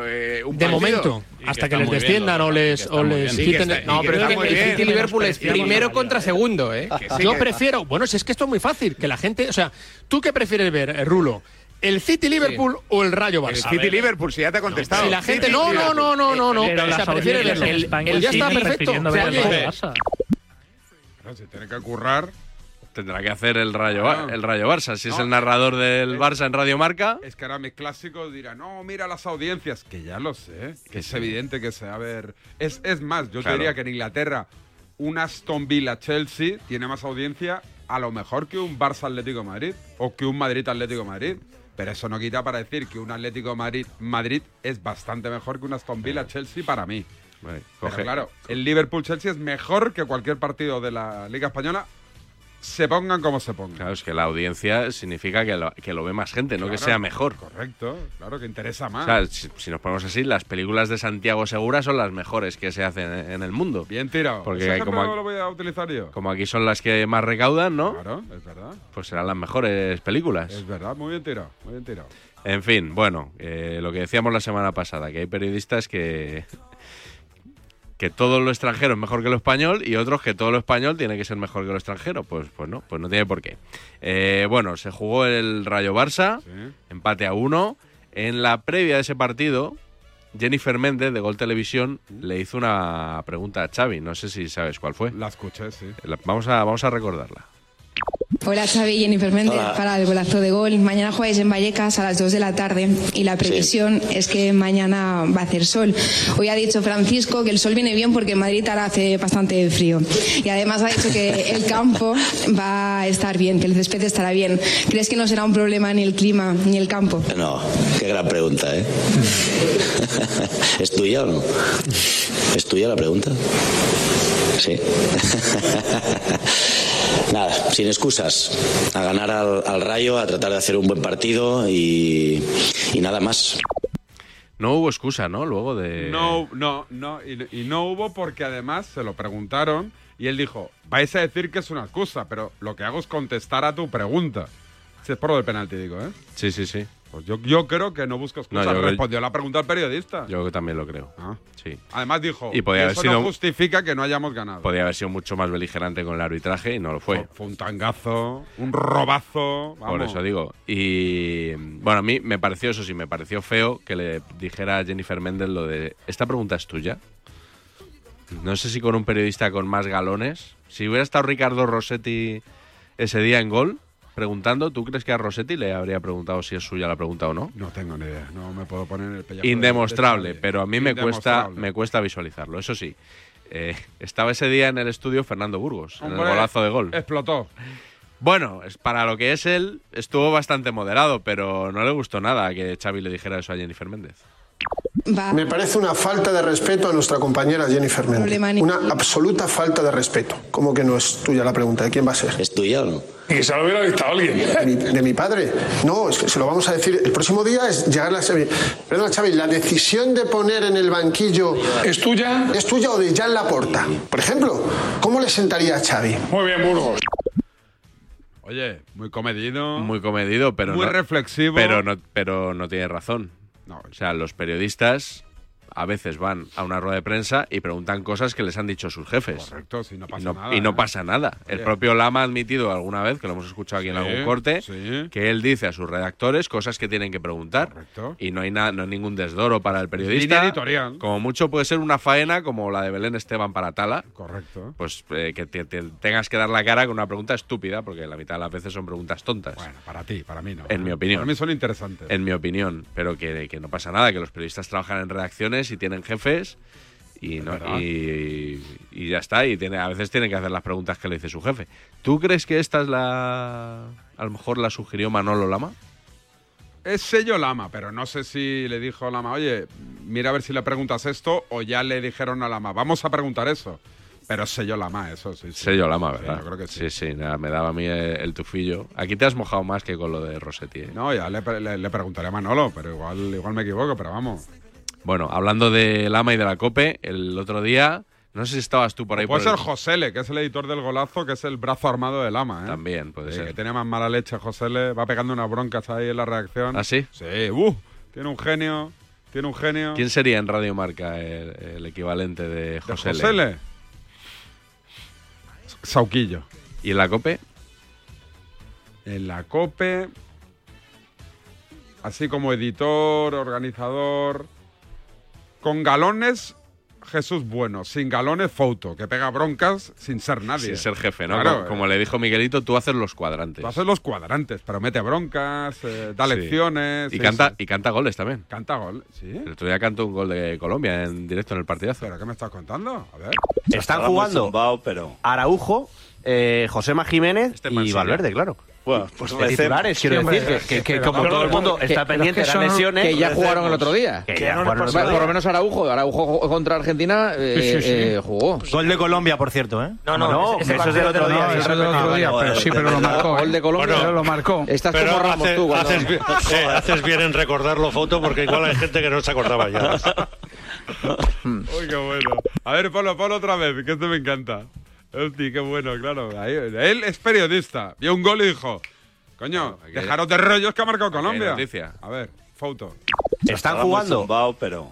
Speaker 26: eh, un
Speaker 12: De
Speaker 26: partido.
Speaker 12: momento, hasta que les desciendan o les, o les
Speaker 26: Sí, que
Speaker 12: quiten.
Speaker 26: está-
Speaker 12: No,
Speaker 26: y que
Speaker 12: pero
Speaker 26: está
Speaker 12: es
Speaker 26: muy
Speaker 12: que el
Speaker 26: bien.
Speaker 12: City Liverpool es primero
Speaker 24: contra segundo, ¿eh?
Speaker 26: sí,
Speaker 12: Yo
Speaker 26: que-
Speaker 12: prefiero, bueno, si es que esto es muy fácil, que la gente, o sea, ¿tú qué prefieres ver, eh, Rulo? ¿El City Liverpool o el Rayo
Speaker 26: El
Speaker 12: Barça?
Speaker 26: City Liverpool, si ya te ha contestado. Eh,
Speaker 12: Si la gente no, no, no, no, no, no, o sea, prefiere verlo. El, el ya está perfecto. O sea, oye,
Speaker 20: Claro, si tiene que currar.
Speaker 22: Tendrá que hacer el Rayo, Bar- el Rayo Barça, si es el narrador del Barça en Radio Marca.
Speaker 20: Es que ahora mis clásicos dirán, no, mira las audiencias, que ya lo sé, que es evidente que se va a ver. Es, es más, yo
Speaker 22: Claro.
Speaker 20: te diría que en Inglaterra un Aston Villa Chelsea tiene más audiencia a lo mejor que un Barça Atlético de Madrid o que un Madrid Atlético de Madrid. Pero eso no quita para decir que un Atlético de Madrid, Madrid es bastante mejor que un Aston Villa Chelsea para mí. Pero
Speaker 22: Coge-
Speaker 20: claro, el Liverpool Chelsea es mejor que cualquier partido de la Liga Española, se pongan como se pongan.
Speaker 22: Claro, es que la audiencia significa que lo, que lo ve más gente, no que
Speaker 20: Claro,
Speaker 22: sea mejor.
Speaker 20: Correcto, claro que interesa
Speaker 22: O
Speaker 20: más.
Speaker 22: sea, si, si nos ponemos así, las películas de Santiago Segura son las mejores que se hacen en- en el mundo.
Speaker 20: Bien tirado. Ese
Speaker 22: Porque
Speaker 20: ejemplo
Speaker 22: como,
Speaker 20: lo voy a utilizar yo.
Speaker 22: como aquí son las que más recaudan, ¿no?
Speaker 20: Claro, es verdad.
Speaker 22: Pues serán las mejores películas.
Speaker 20: Es verdad, muy bien tirado, muy bien tirado.
Speaker 22: En fin, bueno, eh, lo que decíamos la semana pasada, que hay periodistas que que todo lo extranjero es mejor que lo español y otros que todo lo español tiene que ser mejor que lo extranjero. Pues, pues no, pues no tiene por qué. Eh, bueno, se jugó el Rayo Barça, empate a uno. En la previa de ese partido, Jennifer Méndez de Gol Televisión le hizo una pregunta a Xavi. No sé si sabes cuál fue.
Speaker 20: La escuché, sí.
Speaker 22: Vamos a, vamos a recordarla.
Speaker 27: Hola Xavi y Jennifer Méndez
Speaker 12: Hola.
Speaker 27: para el golazo de gol. Mañana jugáis en Vallecas a las 2 de la tarde y la previsión es que mañana va a hacer sol. Hoy ha dicho Francisco que el sol viene bien porque en Madrid ahora hace bastante frío. Y además ha dicho que el campo va a estar bien, que el césped estará bien. ¿Crees que no será un problema ni el clima ni el campo?
Speaker 12: No, qué gran pregunta, ¿eh? ¿Es tuya o no? ¿Es tuya la pregunta? Sí. Nada, sin excusas. A ganar al, al rayo, a tratar de hacer un buen partido y, y nada más.
Speaker 22: No hubo excusa, ¿no? Luego de.
Speaker 20: No, no, no. Y, y no hubo porque además se lo preguntaron y él dijo, vais a decir que es una excusa, pero lo que hago es contestar a tu pregunta. Si es por lo del penalti, digo, ¿eh?
Speaker 22: Sí, sí, sí.
Speaker 20: Pues yo, yo creo que no busca excusa.
Speaker 22: No, yo-
Speaker 20: Respondió la pregunta al periodista.
Speaker 22: Yo también lo creo. Sí.
Speaker 20: Además dijo,
Speaker 22: Y podía haber
Speaker 20: eso
Speaker 22: sido-
Speaker 20: no justifica que no hayamos ganado.
Speaker 22: Podría haber sido mucho más beligerante con el arbitraje y no lo fue.
Speaker 20: Fue un tangazo, un robazo.
Speaker 22: Por
Speaker 20: vamos.
Speaker 22: eso digo. Y bueno, a mí me pareció eso sí, me pareció feo que le dijera a Jennifer Méndez lo de esta pregunta es tuya. No sé si con un periodista con más galones. Si hubiera estado Ricardo Rossetti ese día en gol preguntando, ¿tú crees que a Rossetti le habría preguntado si es suya la pregunta o no?
Speaker 20: No tengo ni idea, no me puedo poner en el pellejo. de-
Speaker 22: Indemostrable,
Speaker 20: de Xavi.
Speaker 22: pero a mí me cuesta,
Speaker 20: Indemostrable.
Speaker 22: me cuesta visualizarlo. Eso sí, eh, estaba ese día en el estudio Fernando Burgos, en
Speaker 20: Hombre,
Speaker 22: el golazo de gol.
Speaker 20: Explotó.
Speaker 22: Bueno, es- para lo que es él, estuvo bastante moderado, pero no le gustó nada que Xavi le dijera eso a Jennifer Méndez.
Speaker 27: Me
Speaker 28: parece una falta de respeto a nuestra compañera Jennifer Méndez. Una absoluta falta de respeto. ¿Cómo que no es tuya la pregunta? ¿De quién va a ser?
Speaker 12: ¿Es tuya o no?
Speaker 28: Quizá lo hubiera visto alguien. De mi, de mi padre. No, es que se lo vamos a decir. El próximo día es llegar a Xavi. Perdona, Xavi, la decisión de poner en el banquillo. ¿Es tuya? ¿Es tuya o de Jan Laporta? Por ejemplo, ¿cómo le sentaría a Xavi? Muy bien, Burgos.
Speaker 20: Oye, muy comedido.
Speaker 22: Muy comedido, pero
Speaker 20: Muy
Speaker 22: no,
Speaker 20: reflexivo.
Speaker 22: Pero no, pero no tiene razón. O sea, los periodistas a veces van a una rueda de prensa y preguntan cosas que les han dicho sus jefes.
Speaker 20: Correcto, si no pasa
Speaker 22: Y no,
Speaker 20: nada.
Speaker 22: y no
Speaker 20: ¿eh?
Speaker 22: pasa nada. El
Speaker 20: Oye.
Speaker 22: propio Lama ha admitido alguna vez, que lo hemos escuchado aquí en
Speaker 20: Sí,
Speaker 22: algún corte,
Speaker 20: sí.
Speaker 22: que él dice a sus redactores cosas que tienen que preguntar. Y no hay, nada, no hay ningún desdoro para el periodista.
Speaker 20: Línea editorial.
Speaker 22: Como mucho puede ser una faena como la de Belén Esteban para Tala.
Speaker 20: Correcto.
Speaker 22: Pues eh, que te, te tengas que dar la cara con una pregunta estúpida, porque la mitad de las veces son preguntas tontas. Bueno,
Speaker 20: para ti, para mí no.
Speaker 22: En mi opinión.
Speaker 20: Para mí son interesantes.
Speaker 22: En mi opinión, pero que, que no pasa nada, que los periodistas trabajan en redacciones y tienen jefes y, no-
Speaker 20: verdad.
Speaker 22: y, y ya está, y tiene, a veces tienen que hacer las preguntas que le dice su jefe. ¿Tú crees que esta es la... a lo mejor la sugirió Manolo Lama?
Speaker 20: Es sello Lama, pero no sé si le dijo Lama, oye, mira a ver si le preguntas esto o ya le dijeron a Lama, vamos a preguntar eso. Pero es sello Lama, eso sí. sí.
Speaker 22: Sello Lama,
Speaker 20: Sí,
Speaker 22: ¿verdad?
Speaker 20: yo creo que
Speaker 22: sí. Sí, nada, me daba a mí eh, el tufillo. Aquí te has mojado más que con lo de Rossetti. ¿eh?
Speaker 20: No, ya le, pre- le- le preguntaré a Manolo, pero igual, igual me equivoco, pero vamos.
Speaker 22: Bueno, hablando de Lama y de la COPE, el otro día, no sé si estabas tú por ahí.
Speaker 20: Puede
Speaker 22: por
Speaker 20: ser
Speaker 22: el-
Speaker 20: Josele, que es el editor del golazo, que es el brazo armado de Lama, ¿eh?
Speaker 22: También, puede
Speaker 20: Sí,
Speaker 22: ser.
Speaker 20: Que tiene más mala leche Josele, va pegando unas broncas ahí en la reacción.
Speaker 22: ¿Ah, sí?
Speaker 20: Sí, uh, tiene un genio, tiene un genio.
Speaker 22: ¿Quién sería en Radio Marca el, el equivalente de José, L?
Speaker 20: Josele. Sauquillo.
Speaker 22: ¿Y en la COPE?
Speaker 20: En la COPE, así como editor, organizador. Con galones, Jesús Bueno. Sin galones, Fouto, que pega broncas sin ser nadie.
Speaker 22: Sin ser jefe, ¿no?
Speaker 20: Claro, eh.
Speaker 22: como, como le dijo Miguelito, tú haces los cuadrantes.
Speaker 20: Tú haces los cuadrantes, pero mete broncas, eh, da
Speaker 22: Sí.
Speaker 20: lecciones.
Speaker 22: Y
Speaker 20: sí,
Speaker 22: canta,
Speaker 20: sí.
Speaker 22: y canta goles también.
Speaker 20: Canta gol, sí.
Speaker 22: El otro día cantó un gol de Colombia en directo en el partidazo.
Speaker 20: ¿Pero qué me estás contando? A ver.
Speaker 19: Están jugando Araujo, eh, Josema Jiménez y
Speaker 22: Mansilla.
Speaker 19: Valverde, claro.
Speaker 22: Bueno,
Speaker 19: pues de titulares, quiero decir, que, que- que como todo el mundo está pendiente de las lesiones.
Speaker 25: Que ya jugaron el otro día.
Speaker 19: Que ya jugaron el otro
Speaker 25: Bueno,
Speaker 19: día.
Speaker 25: Por lo menos Araujo. Araujo jugó contra Argentina eh,
Speaker 19: Sí, sí, sí.
Speaker 25: eh, jugó.
Speaker 19: Gol de Colombia, por cierto, ¿eh?
Speaker 25: No, no, ese- ese
Speaker 19: eso es del
Speaker 25: partido no,
Speaker 19: otro día.
Speaker 25: eso es del otro día, eh. Ah, pero sí, pero lo marcó, ¿eh?
Speaker 19: Gol de Colombia,
Speaker 25: Bueno,
Speaker 19: lo marcó.
Speaker 25: Estás
Speaker 19: Pero
Speaker 25: como Ramos
Speaker 19: hace-
Speaker 25: tú. cuando-
Speaker 19: haces bien-
Speaker 25: Joder.
Speaker 19: sí,
Speaker 3: Haces bien en recordarlo, foto, porque igual hay gente que no se acordaba ya.
Speaker 20: Uy, qué bueno. A ver, Pablo, Pablo otra vez, que esto me encanta. Hostia, qué bueno, claro. Ahí- él es periodista. Vio un gol y dijo, coño,
Speaker 19: hay-
Speaker 20: dejaros de rollos que ha marcado
Speaker 19: hay
Speaker 20: Colombia.
Speaker 19: noticia.
Speaker 20: A ver, foto.
Speaker 19: Están jugando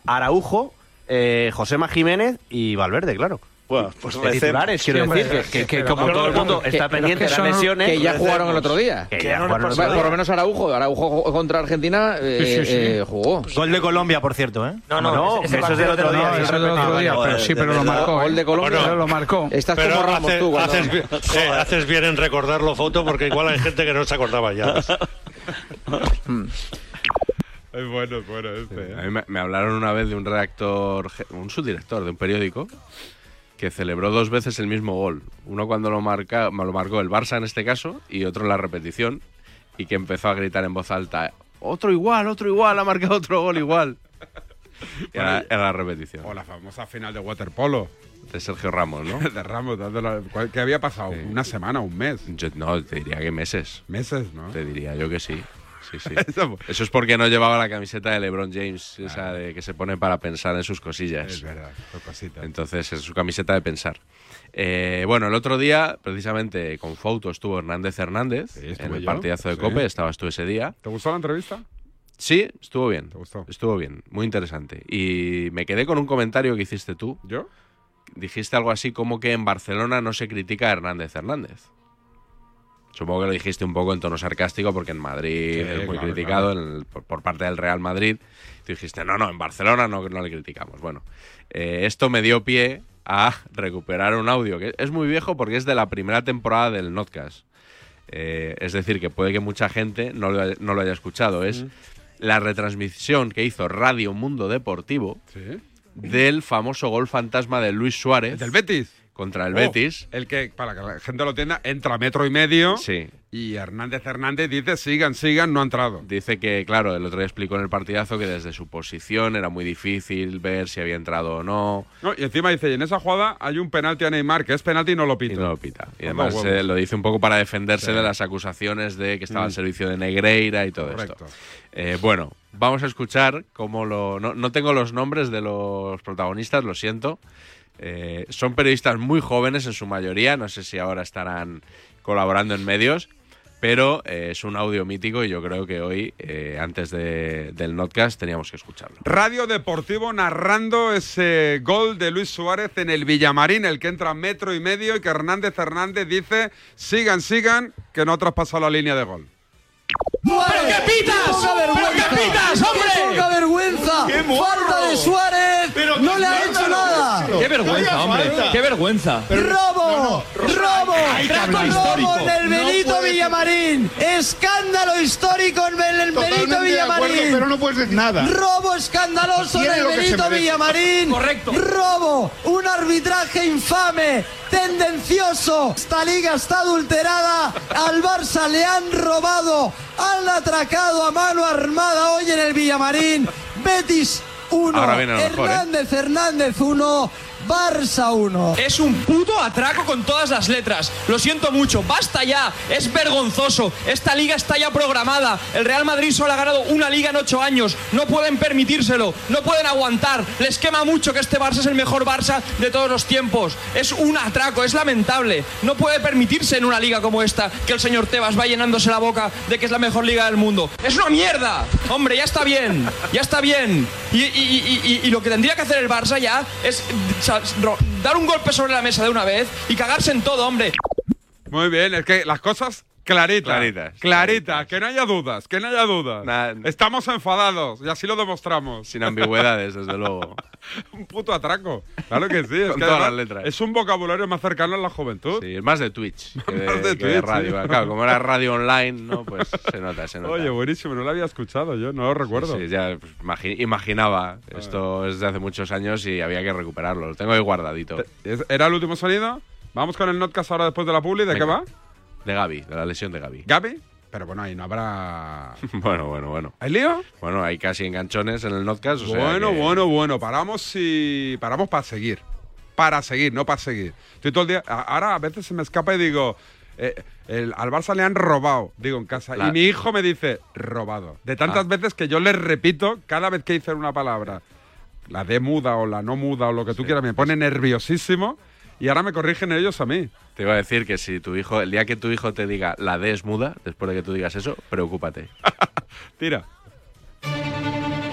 Speaker 19: Araujo, eh, Josema Jiménez y Valverde, claro.
Speaker 29: Bueno, pues
Speaker 25: De titulares, quiero decir, que- que- que como todo el mundo está pendiente de las lesiones,
Speaker 29: Que ya
Speaker 25: recemos.
Speaker 29: jugaron el otro día.
Speaker 25: Que
Speaker 29: Que
Speaker 25: ya
Speaker 29: ya
Speaker 25: jugaron el otro día.
Speaker 29: Por lo
Speaker 25: Por lo
Speaker 29: menos
Speaker 25: Araujo, Araujo contra Argentina eh,
Speaker 29: Sí, sí, sí.
Speaker 25: eh, jugó.
Speaker 30: Gol de Colombia, por cierto, ¿eh?
Speaker 25: No, no, ese- ese
Speaker 30: eso es del
Speaker 25: partido
Speaker 30: otro
Speaker 25: no,
Speaker 30: día.
Speaker 25: eso
Speaker 30: es
Speaker 25: es del otro
Speaker 30: repetido.
Speaker 25: día,
Speaker 30: Ah,
Speaker 25: pero sí, pero lo marcó, ¿eh? Gol de Colombia. Pero lo marcó. Estás
Speaker 3: Pero
Speaker 25: como Ramos
Speaker 3: haces-
Speaker 25: tú, cuando-
Speaker 3: haces, bien- eh, haces bien en recordarlo, foto, porque igual hay gente que no se acordaba ya.
Speaker 20: Es bueno, es bueno este.
Speaker 22: A mí me, me hablaron una vez de un redactor, je- un subdirector de un periódico que celebró dos veces el mismo gol. Uno cuando lo, marca, lo marcó el Barça en este caso y otro en la repetición y que empezó a gritar en voz alta. Otro igual, otro igual, ha marcado otro gol igual. Era, era la repetición.
Speaker 20: O la famosa final de waterpolo.
Speaker 22: De Sergio Ramos, ¿no?
Speaker 20: De Ramos, dándole- ¿cuál- ¿qué había pasado? ¿Una semana, un mes?
Speaker 22: Yo- no, te diría que meses.
Speaker 20: Meses, ¿no?
Speaker 22: Te diría yo que sí. Sí, sí. Eso es porque no llevaba la camiseta de LeBron James, esa de que se pone para pensar en sus cosillas.
Speaker 20: Es verdad, son cositas.
Speaker 22: Entonces es su camiseta de pensar. Eh, bueno, el otro día, precisamente con Fouto estuvo Hernández Hernández en
Speaker 20: estuve
Speaker 22: el
Speaker 20: yo,
Speaker 22: partidazo de
Speaker 20: sí.
Speaker 22: Cope, estabas tú ese día.
Speaker 20: ¿Te gustó la entrevista?
Speaker 22: Sí, estuvo bien. Estuvo bien, muy interesante. Y me quedé con un comentario que hiciste tú.
Speaker 20: ¿Yo?
Speaker 22: Dijiste algo así como que en Barcelona no se critica a Hernández Hernández. Supongo que lo dijiste un poco en tono sarcástico porque en Madrid
Speaker 3: Sí,
Speaker 22: es muy
Speaker 3: claro,
Speaker 22: criticado
Speaker 3: claro.
Speaker 22: en el- por, por parte del Real Madrid. Tú dijiste, no, no, en Barcelona no, no le criticamos. Bueno, eh, esto me dio pie a recuperar un audio que es muy viejo porque es de la primera temporada del Notcast. Eh, es decir, que puede que mucha gente no lo, haya- no lo haya escuchado. Es la retransmisión que hizo Radio Mundo Deportivo
Speaker 20: Sí.
Speaker 22: del famoso gol fantasma de Luis Suárez. ¿Del
Speaker 20: Betis?
Speaker 22: Contra el
Speaker 20: Oh,
Speaker 22: Betis.
Speaker 20: El que, para que la gente lo entienda, entra a metro y medio.
Speaker 22: Sí.
Speaker 20: Y Hernández Hernández dice, sigan, sigan, no ha entrado.
Speaker 22: Dice que, claro, el otro día explicó en el partidazo que desde su posición era muy difícil ver si había entrado o no.
Speaker 20: No, y encima dice, y en esa jugada hay un penalti a Neymar, que es penalti y no lo pita.
Speaker 22: Y no lo pita. Y
Speaker 20: Anda
Speaker 22: además
Speaker 20: huevos.
Speaker 22: eh, lo dice un poco para defenderse
Speaker 20: Sí.
Speaker 22: de las acusaciones de que estaba
Speaker 20: Mm.
Speaker 22: al servicio de Negreira y todo
Speaker 20: Correcto.
Speaker 22: esto. Eh, bueno, vamos a escuchar cómo lo. No, no tengo los nombres de los protagonistas, lo siento. Eh, son periodistas muy jóvenes en su mayoría, no sé si ahora estarán colaborando en medios, pero eh, es un audio mítico y yo creo que hoy, eh, antes de- del podcast, teníamos que escucharlo.
Speaker 20: Radio Deportivo narrando ese gol de Luis Suárez en el Villamarín, el que entra a metro y medio y que Hernández Hernández dice, sigan, sigan, que no ha traspasado la línea de gol.
Speaker 19: ¡Pero qué pitas! ¡Pero qué pitas, hombre! ¡Qué poca vergüenza! ¡Falta de Suárez! ¡No le ha hecho nada!
Speaker 30: Qué vergüenza, hombre. Qué vergüenza.
Speaker 19: ¡Robo! ¡Robo!
Speaker 30: Hay que hablar
Speaker 19: ¡Robo
Speaker 30: histórico.
Speaker 19: en el
Speaker 30: No
Speaker 19: Benito
Speaker 30: puede ser.
Speaker 19: Villamarín! ¡Escándalo histórico en el
Speaker 30: Totalmente
Speaker 19: Benito
Speaker 30: de acuerdo,
Speaker 19: Villamarín!
Speaker 30: pero no puedes decir nada.
Speaker 19: ¡Robo escandaloso en
Speaker 30: Tiene
Speaker 19: el
Speaker 30: lo que se
Speaker 19: Benito
Speaker 30: merece.
Speaker 19: Villamarín!
Speaker 30: Correcto.
Speaker 19: ¡Robo! ¡Un arbitraje infame! ¡Tendencioso! Esta liga está adulterada. Al Barça le han robado. Han atracado a mano armada hoy en el Villamarín. Betis 1.
Speaker 22: Ahora viene lo mejor, ¿eh?
Speaker 19: Hernández Hernández 1. Barça 1.
Speaker 12: Es un puto atraco con todas las letras. Lo siento mucho, basta ya. Es vergonzoso. Esta liga está ya programada. El Real Madrid solo ha ganado una liga en ocho años. No pueden permitírselo. No pueden aguantar. Les quema mucho que este Barça es el mejor Barça de todos los tiempos. Es un atraco, es lamentable. No puede permitirse en una liga como esta que el señor Tebas va llenándose la boca de que es la mejor liga del mundo. Es una mierda. Hombre, ya está bien. Ya está bien. Y, y- y- y- y lo que tendría que hacer el Barça ya es sa- ro- dar un golpe sobre la mesa de una vez y cagarse en todo, hombre.
Speaker 20: Muy bien, es que las cosas claritas.
Speaker 22: Claritas.
Speaker 20: Claritas, que no haya dudas, que no haya dudas. Estamos enfadados y así lo demostramos.
Speaker 22: Sin ambigüedades, desde luego.
Speaker 20: un puto atraco. Claro que sí. Es,
Speaker 22: Con
Speaker 20: que
Speaker 22: todas
Speaker 20: además
Speaker 22: las letras.
Speaker 20: es un vocabulario más cercano a la juventud.
Speaker 22: Sí, es más de Twitch que de,
Speaker 20: Más de
Speaker 22: que de
Speaker 20: Twitch,
Speaker 22: radio.
Speaker 20: sí.
Speaker 22: Claro, como era radio online, ¿no? Pues se nota, se nota.
Speaker 20: Oye, buenísimo, no lo había escuchado yo, no lo recuerdo. Ah.
Speaker 22: Sí, ya pues, imagi- imaginaba. Esto es de hace muchos años y había que recuperarlo. Lo tengo ahí guardadito.
Speaker 20: ¿Es- ¿Era el último sonido? Vamos con el notcast ahora después de la publi. ¿De qué va?
Speaker 22: De Gaby, de la lesión de Gaby.
Speaker 20: ¿Gaby? Pero bueno, ahí no habrá.
Speaker 22: Bueno, bueno, bueno.
Speaker 20: ¿Hay lío?
Speaker 22: Bueno, hay casi enganchones en el podcast. o sea
Speaker 20: bueno,
Speaker 22: que-
Speaker 20: bueno, bueno. Paramos y. Paramos para seguir. Para seguir, no para seguir. Estoy todo el día. a- Ahora a veces se me escapa y digo. eh, el- al Barça le han robado, digo en casa.
Speaker 22: La-
Speaker 20: Y mi hijo me dice, robado. De tantas
Speaker 22: Ah.
Speaker 20: veces que yo le repito cada vez que dicen una palabra, la de muda o la no muda o lo que tú quieras, me pone nerviosísimo y ahora me corrigen ellos a mí.
Speaker 22: Te iba a decir que si tu hijo, el día que tu hijo te diga la D es muda, después de que tú digas eso, preocúpate.
Speaker 20: Tira.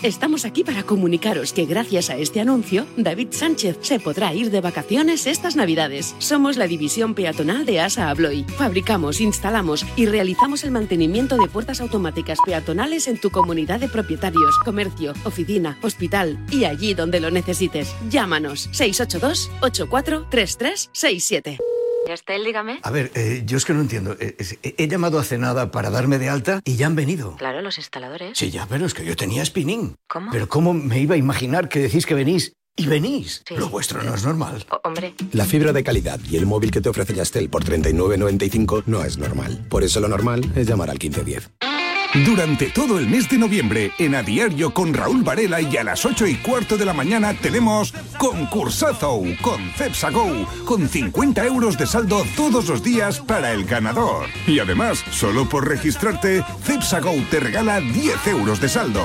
Speaker 2: Estamos aquí para comunicaros que gracias a este anuncio, David Sánchez se podrá ir de vacaciones estas Navidades. Somos la división peatonal de ASA Abloy. Fabricamos, instalamos y realizamos el mantenimiento de puertas automáticas peatonales en tu comunidad de propietarios, comercio, oficina, hospital y allí donde lo necesites. Llámanos 682 843367.
Speaker 31: Estel, dígame.
Speaker 32: A ver, eh, yo es que no entiendo. Eh, es- He llamado hace nada para darme de alta y ya han venido.
Speaker 31: Claro, los instaladores.
Speaker 32: Sí, ya, pero es que yo tenía spinning.
Speaker 31: ¿Cómo?
Speaker 32: Pero ¿cómo me iba a imaginar que decís que venís y venís? Lo vuestro no es normal.
Speaker 31: Hombre.
Speaker 33: La fibra de calidad y el móvil que te ofrece Yastel por 39.95 no es normal. Por eso lo normal es llamar al 1510.
Speaker 9: Durante todo el mes de noviembre, en A Diario con Raúl Varela y a las 8 y cuarto de la mañana tenemos Concursazo con Cepsa Go, con 50 euros de saldo todos los días para el ganador. Y además, solo por registrarte, Cepsa Go te regala 10 euros de saldo.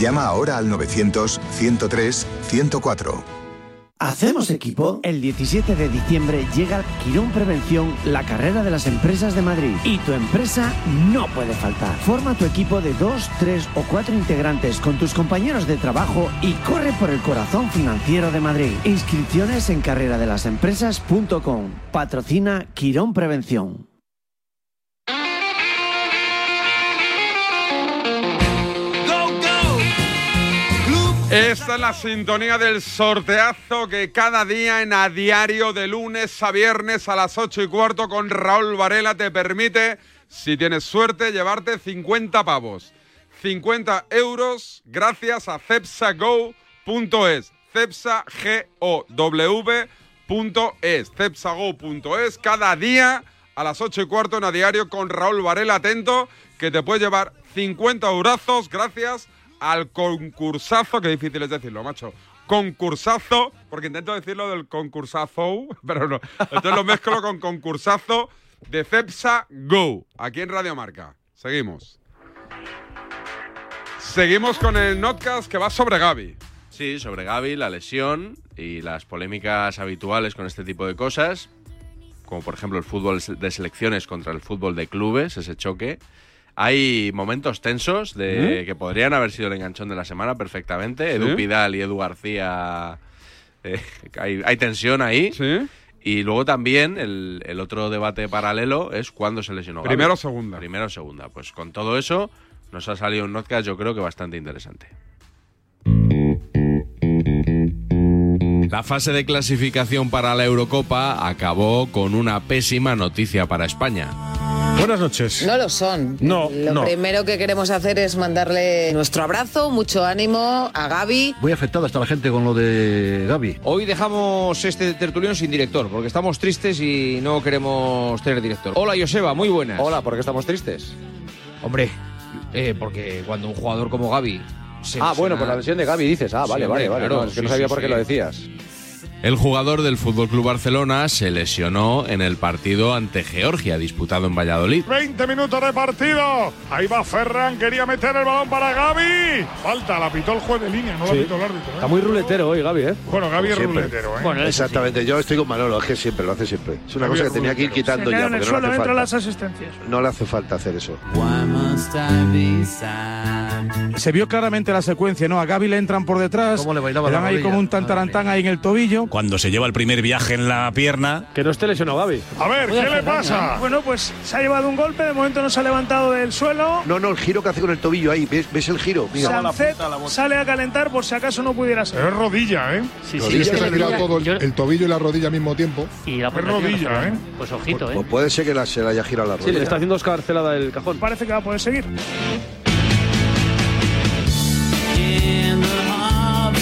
Speaker 9: Llama ahora al 900-103-104.
Speaker 12: ¿Hacemos equipo? El 17 de diciembre llega al Quirón Prevención la carrera de las empresas de Madrid. Y tu empresa no puede faltar. Forma tu equipo de dos, tres o cuatro integrantes con tus compañeros de trabajo y corre por el corazón financiero de Madrid. Inscripciones en carreradelasempresas.com. Patrocina Quirón Prevención.
Speaker 20: Esta es la sintonía del sorteazo que cada día en a diario de lunes a viernes a las 8 y cuarto con Raúl Varela te permite, si tienes suerte, llevarte 50 pavos. 50 euros gracias a cepsago.es. Cepsagow.es. Cepsago.es. Cada día a las 8 y cuarto en a diario con Raúl Varela atento que te puede llevar 50 eurazos gracias al concursazo, que difícil es decirlo, macho. Concursazo, porque intento decirlo del concursazo, pero no. Entonces lo mezclo con concursazo de Cepsa Go, aquí en Radio Marca. Seguimos. Seguimos con el notcast que va sobre Gaby.
Speaker 22: Sí, sobre Gaby, la lesión y las polémicas habituales con este tipo de cosas, como por ejemplo el fútbol de selecciones contra el fútbol de clubes, ese choque. Hay momentos tensos de
Speaker 34: ¿Mm?
Speaker 22: que podrían haber sido el enganchón de la semana perfectamente.
Speaker 34: Sí.
Speaker 22: Edu Pidal y Edu García. eh, hay, hay tensión ahí. Y luego también el, el otro debate paralelo es cuándo se lesionó. Gaby.
Speaker 20: Primero o segunda.
Speaker 22: Primero o segunda. Pues con todo eso nos ha salido un podcast yo creo que bastante interesante. La fase de clasificación para la Eurocopa acabó con una pésima noticia para España.
Speaker 26: Buenas noches.
Speaker 35: No lo son.
Speaker 26: No,
Speaker 35: Lo primero que queremos hacer es mandarle nuestro abrazo, mucho ánimo a Gaby.
Speaker 5: Muy afectada está la gente con lo de Gaby.
Speaker 36: Hoy dejamos este tertulión sin director, porque estamos tristes y no queremos tener director. Hola, Joseba, muy buenas. Hola, ¿por qué estamos tristes? Hombre, eh, porque cuando un jugador como Gaby...
Speaker 5: Ah, bueno, por la lesión de Gaby dices. Ah, vale, vale, vale. No, es que no sabía por qué lo decías.
Speaker 22: El jugador del Fútbol Club Barcelona se lesionó en el partido ante Georgia disputado en Valladolid.
Speaker 23: 20 minutos de partido. Ahí va Ferran, quería meter el balón para Gaby. Falta, la pitó el juez de línea, no
Speaker 15: Sí.
Speaker 23: la pitó el árbitro. ¿eh?
Speaker 15: Está muy ruletero hoy, Gaby, ¿eh?
Speaker 23: Bueno, Gaby es ruletero, ¿eh?
Speaker 15: Exactamente, yo estoy con Manolo, es que siempre, lo hace siempre.
Speaker 37: Es una cosa que tenía que ir quitando ya, porque no le
Speaker 25: ¿eh?
Speaker 37: hace falta. No le hace falta hacer eso.
Speaker 25: Se vio claramente la secuencia, ¿no? A Gaby le entran por detrás, le, dan
Speaker 4: la
Speaker 25: ahí
Speaker 4: rodilla?
Speaker 25: como un tantarantán ahí en el tobillo.
Speaker 4: Cuando se lleva el primer viaje en la pierna.
Speaker 15: Que no esté lesionado, Gaby.
Speaker 23: A ver,
Speaker 15: ¿qué le pasa?
Speaker 4: Bueno, pues se ha llevado un golpe, de momento no se ha levantado del suelo.
Speaker 37: No, no, el giro que hace con el tobillo ahí. ¿Ves, ves el giro? Mira.
Speaker 4: Sancet sale a calentar por si acaso no pudiera ser.
Speaker 23: Pero es rodilla, ¿eh?
Speaker 4: Sí,
Speaker 37: sí, es que
Speaker 38: se ha tirado todo el, el tobillo y la rodilla al mismo tiempo.
Speaker 4: Y
Speaker 38: la
Speaker 23: Es rodilla, ¿eh?
Speaker 4: Pues ojito,
Speaker 37: Pues puede ser que la, se la haya girado la
Speaker 4: Sí,
Speaker 37: rodilla.
Speaker 4: le está
Speaker 15: haciendo escarcelada el cajón.
Speaker 4: Parece que va a poder seguir.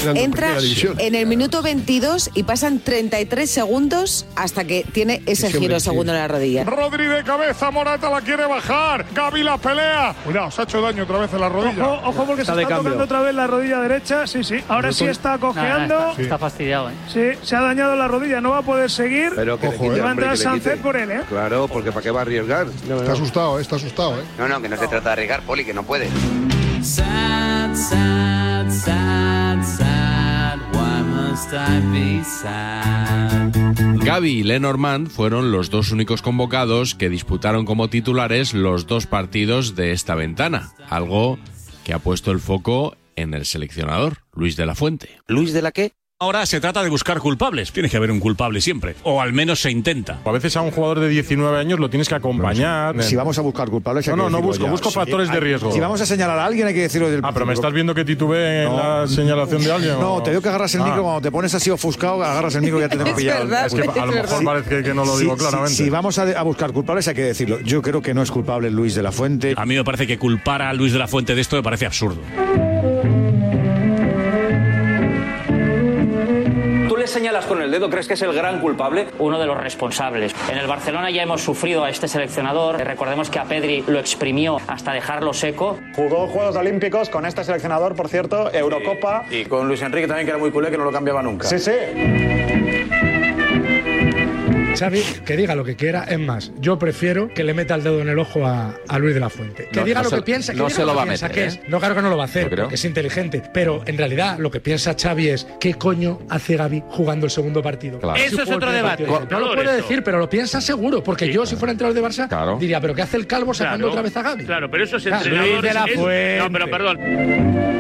Speaker 39: Entra en el minuto 22 y pasan 33 segundos hasta que tiene ese
Speaker 23: Ese hombre,
Speaker 39: giro
Speaker 23: sí.
Speaker 39: segundo en la rodilla.
Speaker 23: Rodri de cabeza, Morata la quiere bajar. Gaby la pelea. Cuidado, se ha hecho daño otra vez en la rodilla.
Speaker 4: Ojo, ojo porque se está tocando otra vez la rodilla derecha. Sí, sí. Ahora sí está cojeando.
Speaker 6: fastidiado, ¿eh?
Speaker 4: Sí, se ha dañado la rodilla, no va a poder seguir.
Speaker 37: Pero que le
Speaker 4: Y
Speaker 37: quite,
Speaker 4: va
Speaker 37: hombre, que
Speaker 4: a entrar
Speaker 37: le
Speaker 4: Sánchez
Speaker 37: quite.
Speaker 4: por él, ¿eh?
Speaker 37: Claro, porque ¿para qué va a arriesgar?
Speaker 38: Está asustado, eh, está asustado, ¿eh?
Speaker 12: No, no, que no se trata de arriesgar, Poli, que no puede.
Speaker 22: Gaby y Lenormand fueron los dos únicos convocados que disputaron como titulares los dos partidos de esta ventana, algo que ha puesto el foco en el seleccionador, Luis de la Fuente.
Speaker 12: ¿Luis de la qué? Ahora se trata de buscar culpables. Tiene que haber un culpable siempre. O al menos se intenta.
Speaker 26: A veces a un jugador de 19 años lo tienes que acompañar. Si vamos a buscar culpables, hay No, que no, no decirlo busco, ya. busco Si- factores de hay- riesgo. Si vamos a señalar a alguien, hay que decirlo del Ah, pero me principio. estás viendo que titubeé en la señalación de alguien. No, te veo que agarras el Ah. micro cuando te pones así ofuscado, agarras el micro y ya te tengo Es pillado. verdad, que es verdad. Sí, sí, Si vamos a, de- a buscar culpables, hay que decirlo. Yo creo que no es culpable Luis de la Fuente.
Speaker 12: A mí me parece que culpar a Luis de la Fuente de esto me parece absurdo.
Speaker 10: ¿Tú le señalas con el dedo? ¿Crees que es el gran culpable? Uno de los responsables. En el Barcelona ya hemos sufrido a este seleccionador. Recordemos que a Pedri lo exprimió hasta dejarlo seco.
Speaker 5: Jugó Juegos Olímpicos con este seleccionador, por cierto, Eurocopa.
Speaker 12: Y con Luis Enrique también, que era muy culé, que no lo cambiaba nunca.
Speaker 5: Sí, sí. Xavi, que diga lo que quiera, es más, yo prefiero que le meta el dedo en el ojo a, a Luis de la Fuente. Que
Speaker 24: No,
Speaker 5: diga
Speaker 24: no
Speaker 5: lo
Speaker 24: se-
Speaker 5: que piensa, que
Speaker 24: no
Speaker 5: diga
Speaker 24: se lo
Speaker 5: que
Speaker 24: va a
Speaker 5: piensa,
Speaker 24: meter,
Speaker 5: que
Speaker 24: ¿eh?
Speaker 5: es. No, claro que no lo va a
Speaker 24: No
Speaker 5: hacer,
Speaker 24: creo.
Speaker 5: porque es inteligente, pero en realidad lo que piensa Xavi es ¿qué coño hace Gaby jugando el segundo partido?
Speaker 24: Claro.
Speaker 5: Si
Speaker 24: Eso es
Speaker 5: juega el
Speaker 24: otro
Speaker 5: primer
Speaker 24: debate.
Speaker 5: partido. No lo
Speaker 24: Con-
Speaker 5: puede
Speaker 24: eso.
Speaker 5: decir, pero lo piensa seguro, porque yo si fuera entrenador de Barça
Speaker 24: Claro.
Speaker 5: diría, pero ¿qué hace el calvo sacando
Speaker 24: Claro.
Speaker 5: otra vez a Gaby?
Speaker 24: Claro, pero eso es
Speaker 5: Claro.
Speaker 24: entrenador.
Speaker 5: Luis de la
Speaker 24: es-
Speaker 5: Fuente.
Speaker 24: No, pero perdón.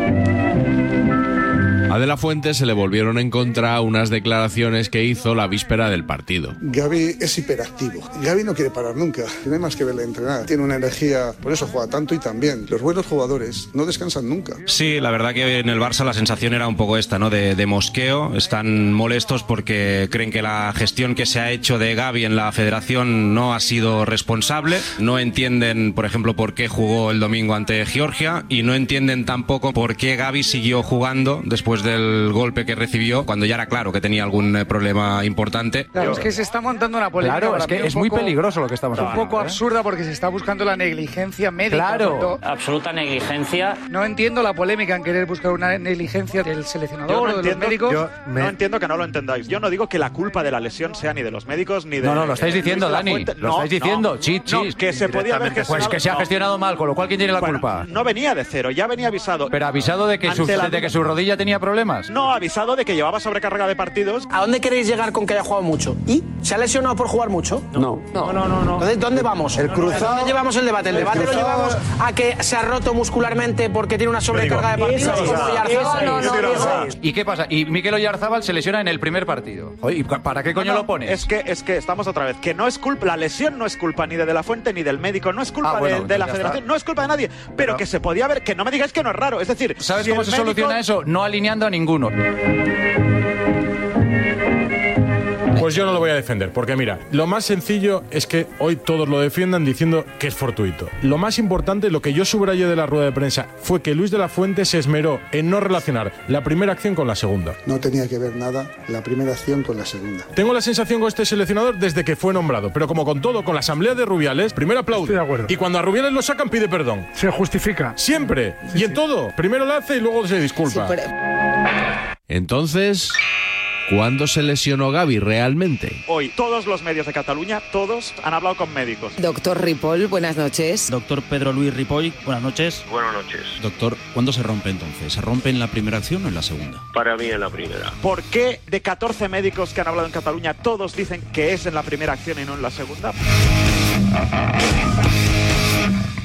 Speaker 22: A de la Fuente se le volvieron en contra unas declaraciones que hizo la víspera del partido.
Speaker 26: Gaby es hiperactivo. Gaby no quiere parar nunca. Tiene más que verle entrenar. Tiene una energía, por eso juega tanto y también. Los buenos jugadores no descansan nunca.
Speaker 10: Sí, la verdad que en el Barça la sensación era un poco esta, ¿no? De, de mosqueo. Están molestos porque creen que la gestión que se ha hecho de Gaby en la federación no ha sido responsable. No entienden, por ejemplo, por qué jugó el domingo ante Georgia y no entienden tampoco por qué Gaby siguió jugando después del golpe que recibió cuando ya era claro que tenía algún eh, problema importante.
Speaker 5: Claro, es que se está montando una polémica.
Speaker 10: Claro,
Speaker 5: para
Speaker 10: es que
Speaker 5: mí un
Speaker 10: es muy
Speaker 5: poco-
Speaker 10: peligroso lo que estamos
Speaker 5: Un
Speaker 10: hablando,
Speaker 5: poco
Speaker 10: ¿eh?
Speaker 5: absurda porque se está buscando la negligencia médica. tanto-
Speaker 10: Absoluta negligencia.
Speaker 5: No entiendo la polémica en querer buscar una negligencia del seleccionador
Speaker 15: Yo
Speaker 5: o
Speaker 15: no,
Speaker 5: de los
Speaker 15: entiendo,
Speaker 5: médicos.
Speaker 15: yo no entiendo que no lo entendáis. Yo no digo que la culpa de la lesión sea ni de los médicos ni de.
Speaker 10: No, no, lo estáis
Speaker 15: eh, Luis
Speaker 10: diciendo,
Speaker 15: de la
Speaker 10: Dani.
Speaker 15: Fuente.
Speaker 10: Lo
Speaker 15: No,
Speaker 10: estáis diciendo.
Speaker 15: no,
Speaker 10: Chis,
Speaker 15: no,
Speaker 10: chis.
Speaker 15: que se podía haber gestionado.
Speaker 10: Pues que se ha
Speaker 15: no.
Speaker 10: gestionado mal, con lo cual, ¿quién tiene la
Speaker 15: Bueno,
Speaker 10: culpa?
Speaker 15: No venía de cero, ya venía avisado.
Speaker 10: Pero avisado de que, su,
Speaker 15: Ante la-
Speaker 10: de que su rodilla tenía problemas.
Speaker 15: No, avisado de que llevaba sobrecarga de partidos.
Speaker 24: ¿A dónde queréis llegar con que haya jugado mucho? ¿Y? ¿Se ha lesionado por jugar mucho?
Speaker 10: No.
Speaker 24: No, no, no. no. Entonces, ¿dónde vamos? El
Speaker 10: cruzado-
Speaker 24: ¿Dónde llevamos el debate? El
Speaker 10: el
Speaker 24: debate lo
Speaker 10: cruzado-
Speaker 24: llevamos a que se ha roto muscularmente porque tiene una sobrecarga de partidos. como Villarceal.
Speaker 10: ¿Y qué pasa? Y Miquel Oyarzábal se lesiona en el primer partido. Oye, ¿y pa- ¿Para qué coño
Speaker 15: No,
Speaker 10: lo pones?
Speaker 15: Es que, es que estamos otra vez, que no es culpa, la lesión no es culpa ni de De La Fuente ni del médico, no es culpa
Speaker 10: Ah, bueno,
Speaker 15: de, de la
Speaker 10: ya
Speaker 15: federación,
Speaker 10: está.
Speaker 15: no es culpa de nadie, pero, que se podía haber, que no me digáis que no es raro, es decir,
Speaker 10: ¿Sabes
Speaker 15: si
Speaker 10: cómo
Speaker 15: el
Speaker 10: se
Speaker 15: médico-
Speaker 10: soluciona eso? No alineando a ninguno.
Speaker 26: Pues yo no lo voy a defender, porque mira, lo más sencillo es que hoy todos lo defiendan diciendo que es fortuito. Lo más importante, lo que yo subrayé de la rueda de prensa, fue que Luis de la Fuente se esmeró en no relacionar la primera acción con la segunda. No tenía que ver nada la primera acción con la segunda. Tengo la sensación con este seleccionador desde que fue nombrado, pero como con todo, con la asamblea de Rubiales, primero aplaude. Y cuando a Rubiales lo sacan, pide perdón. Se justifica. Siempre. y
Speaker 21: pues.
Speaker 26: en todo. Primero lo hace y luego se disculpa.
Speaker 22: Entonces,
Speaker 40: ¿Cuándo se lesionó Gaby realmente?
Speaker 15: Hoy todos los medios de Cataluña, todos han hablado con médicos.
Speaker 2: Doctor Ripoll, buenas noches.
Speaker 9: Doctor Pedro Luis Ripoll, buenas noches.
Speaker 41: Buenas noches.
Speaker 9: Doctor, ¿cuándo se rompe entonces? ¿Se rompe en la primera acción o en la segunda?
Speaker 41: Para mí es la primera.
Speaker 15: ¿Por qué de 14 médicos que han hablado en Cataluña todos dicen que es en la primera acción y no en la segunda?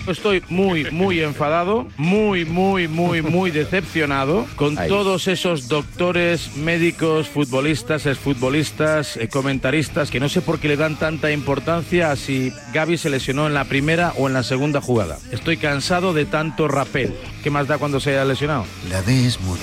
Speaker 25: Estoy muy, muy enfadado, muy, muy, muy, muy decepcionado con
Speaker 21: Ahí.
Speaker 25: todos esos doctores, médicos, futbolistas, exfutbolistas, eh, comentaristas que no sé por qué le dan tanta importancia a si Gaby se lesionó en la primera o en la segunda jugada. Estoy cansado de tanto rapel. ¿Qué más da cuando se haya lesionado?
Speaker 21: La D es muda.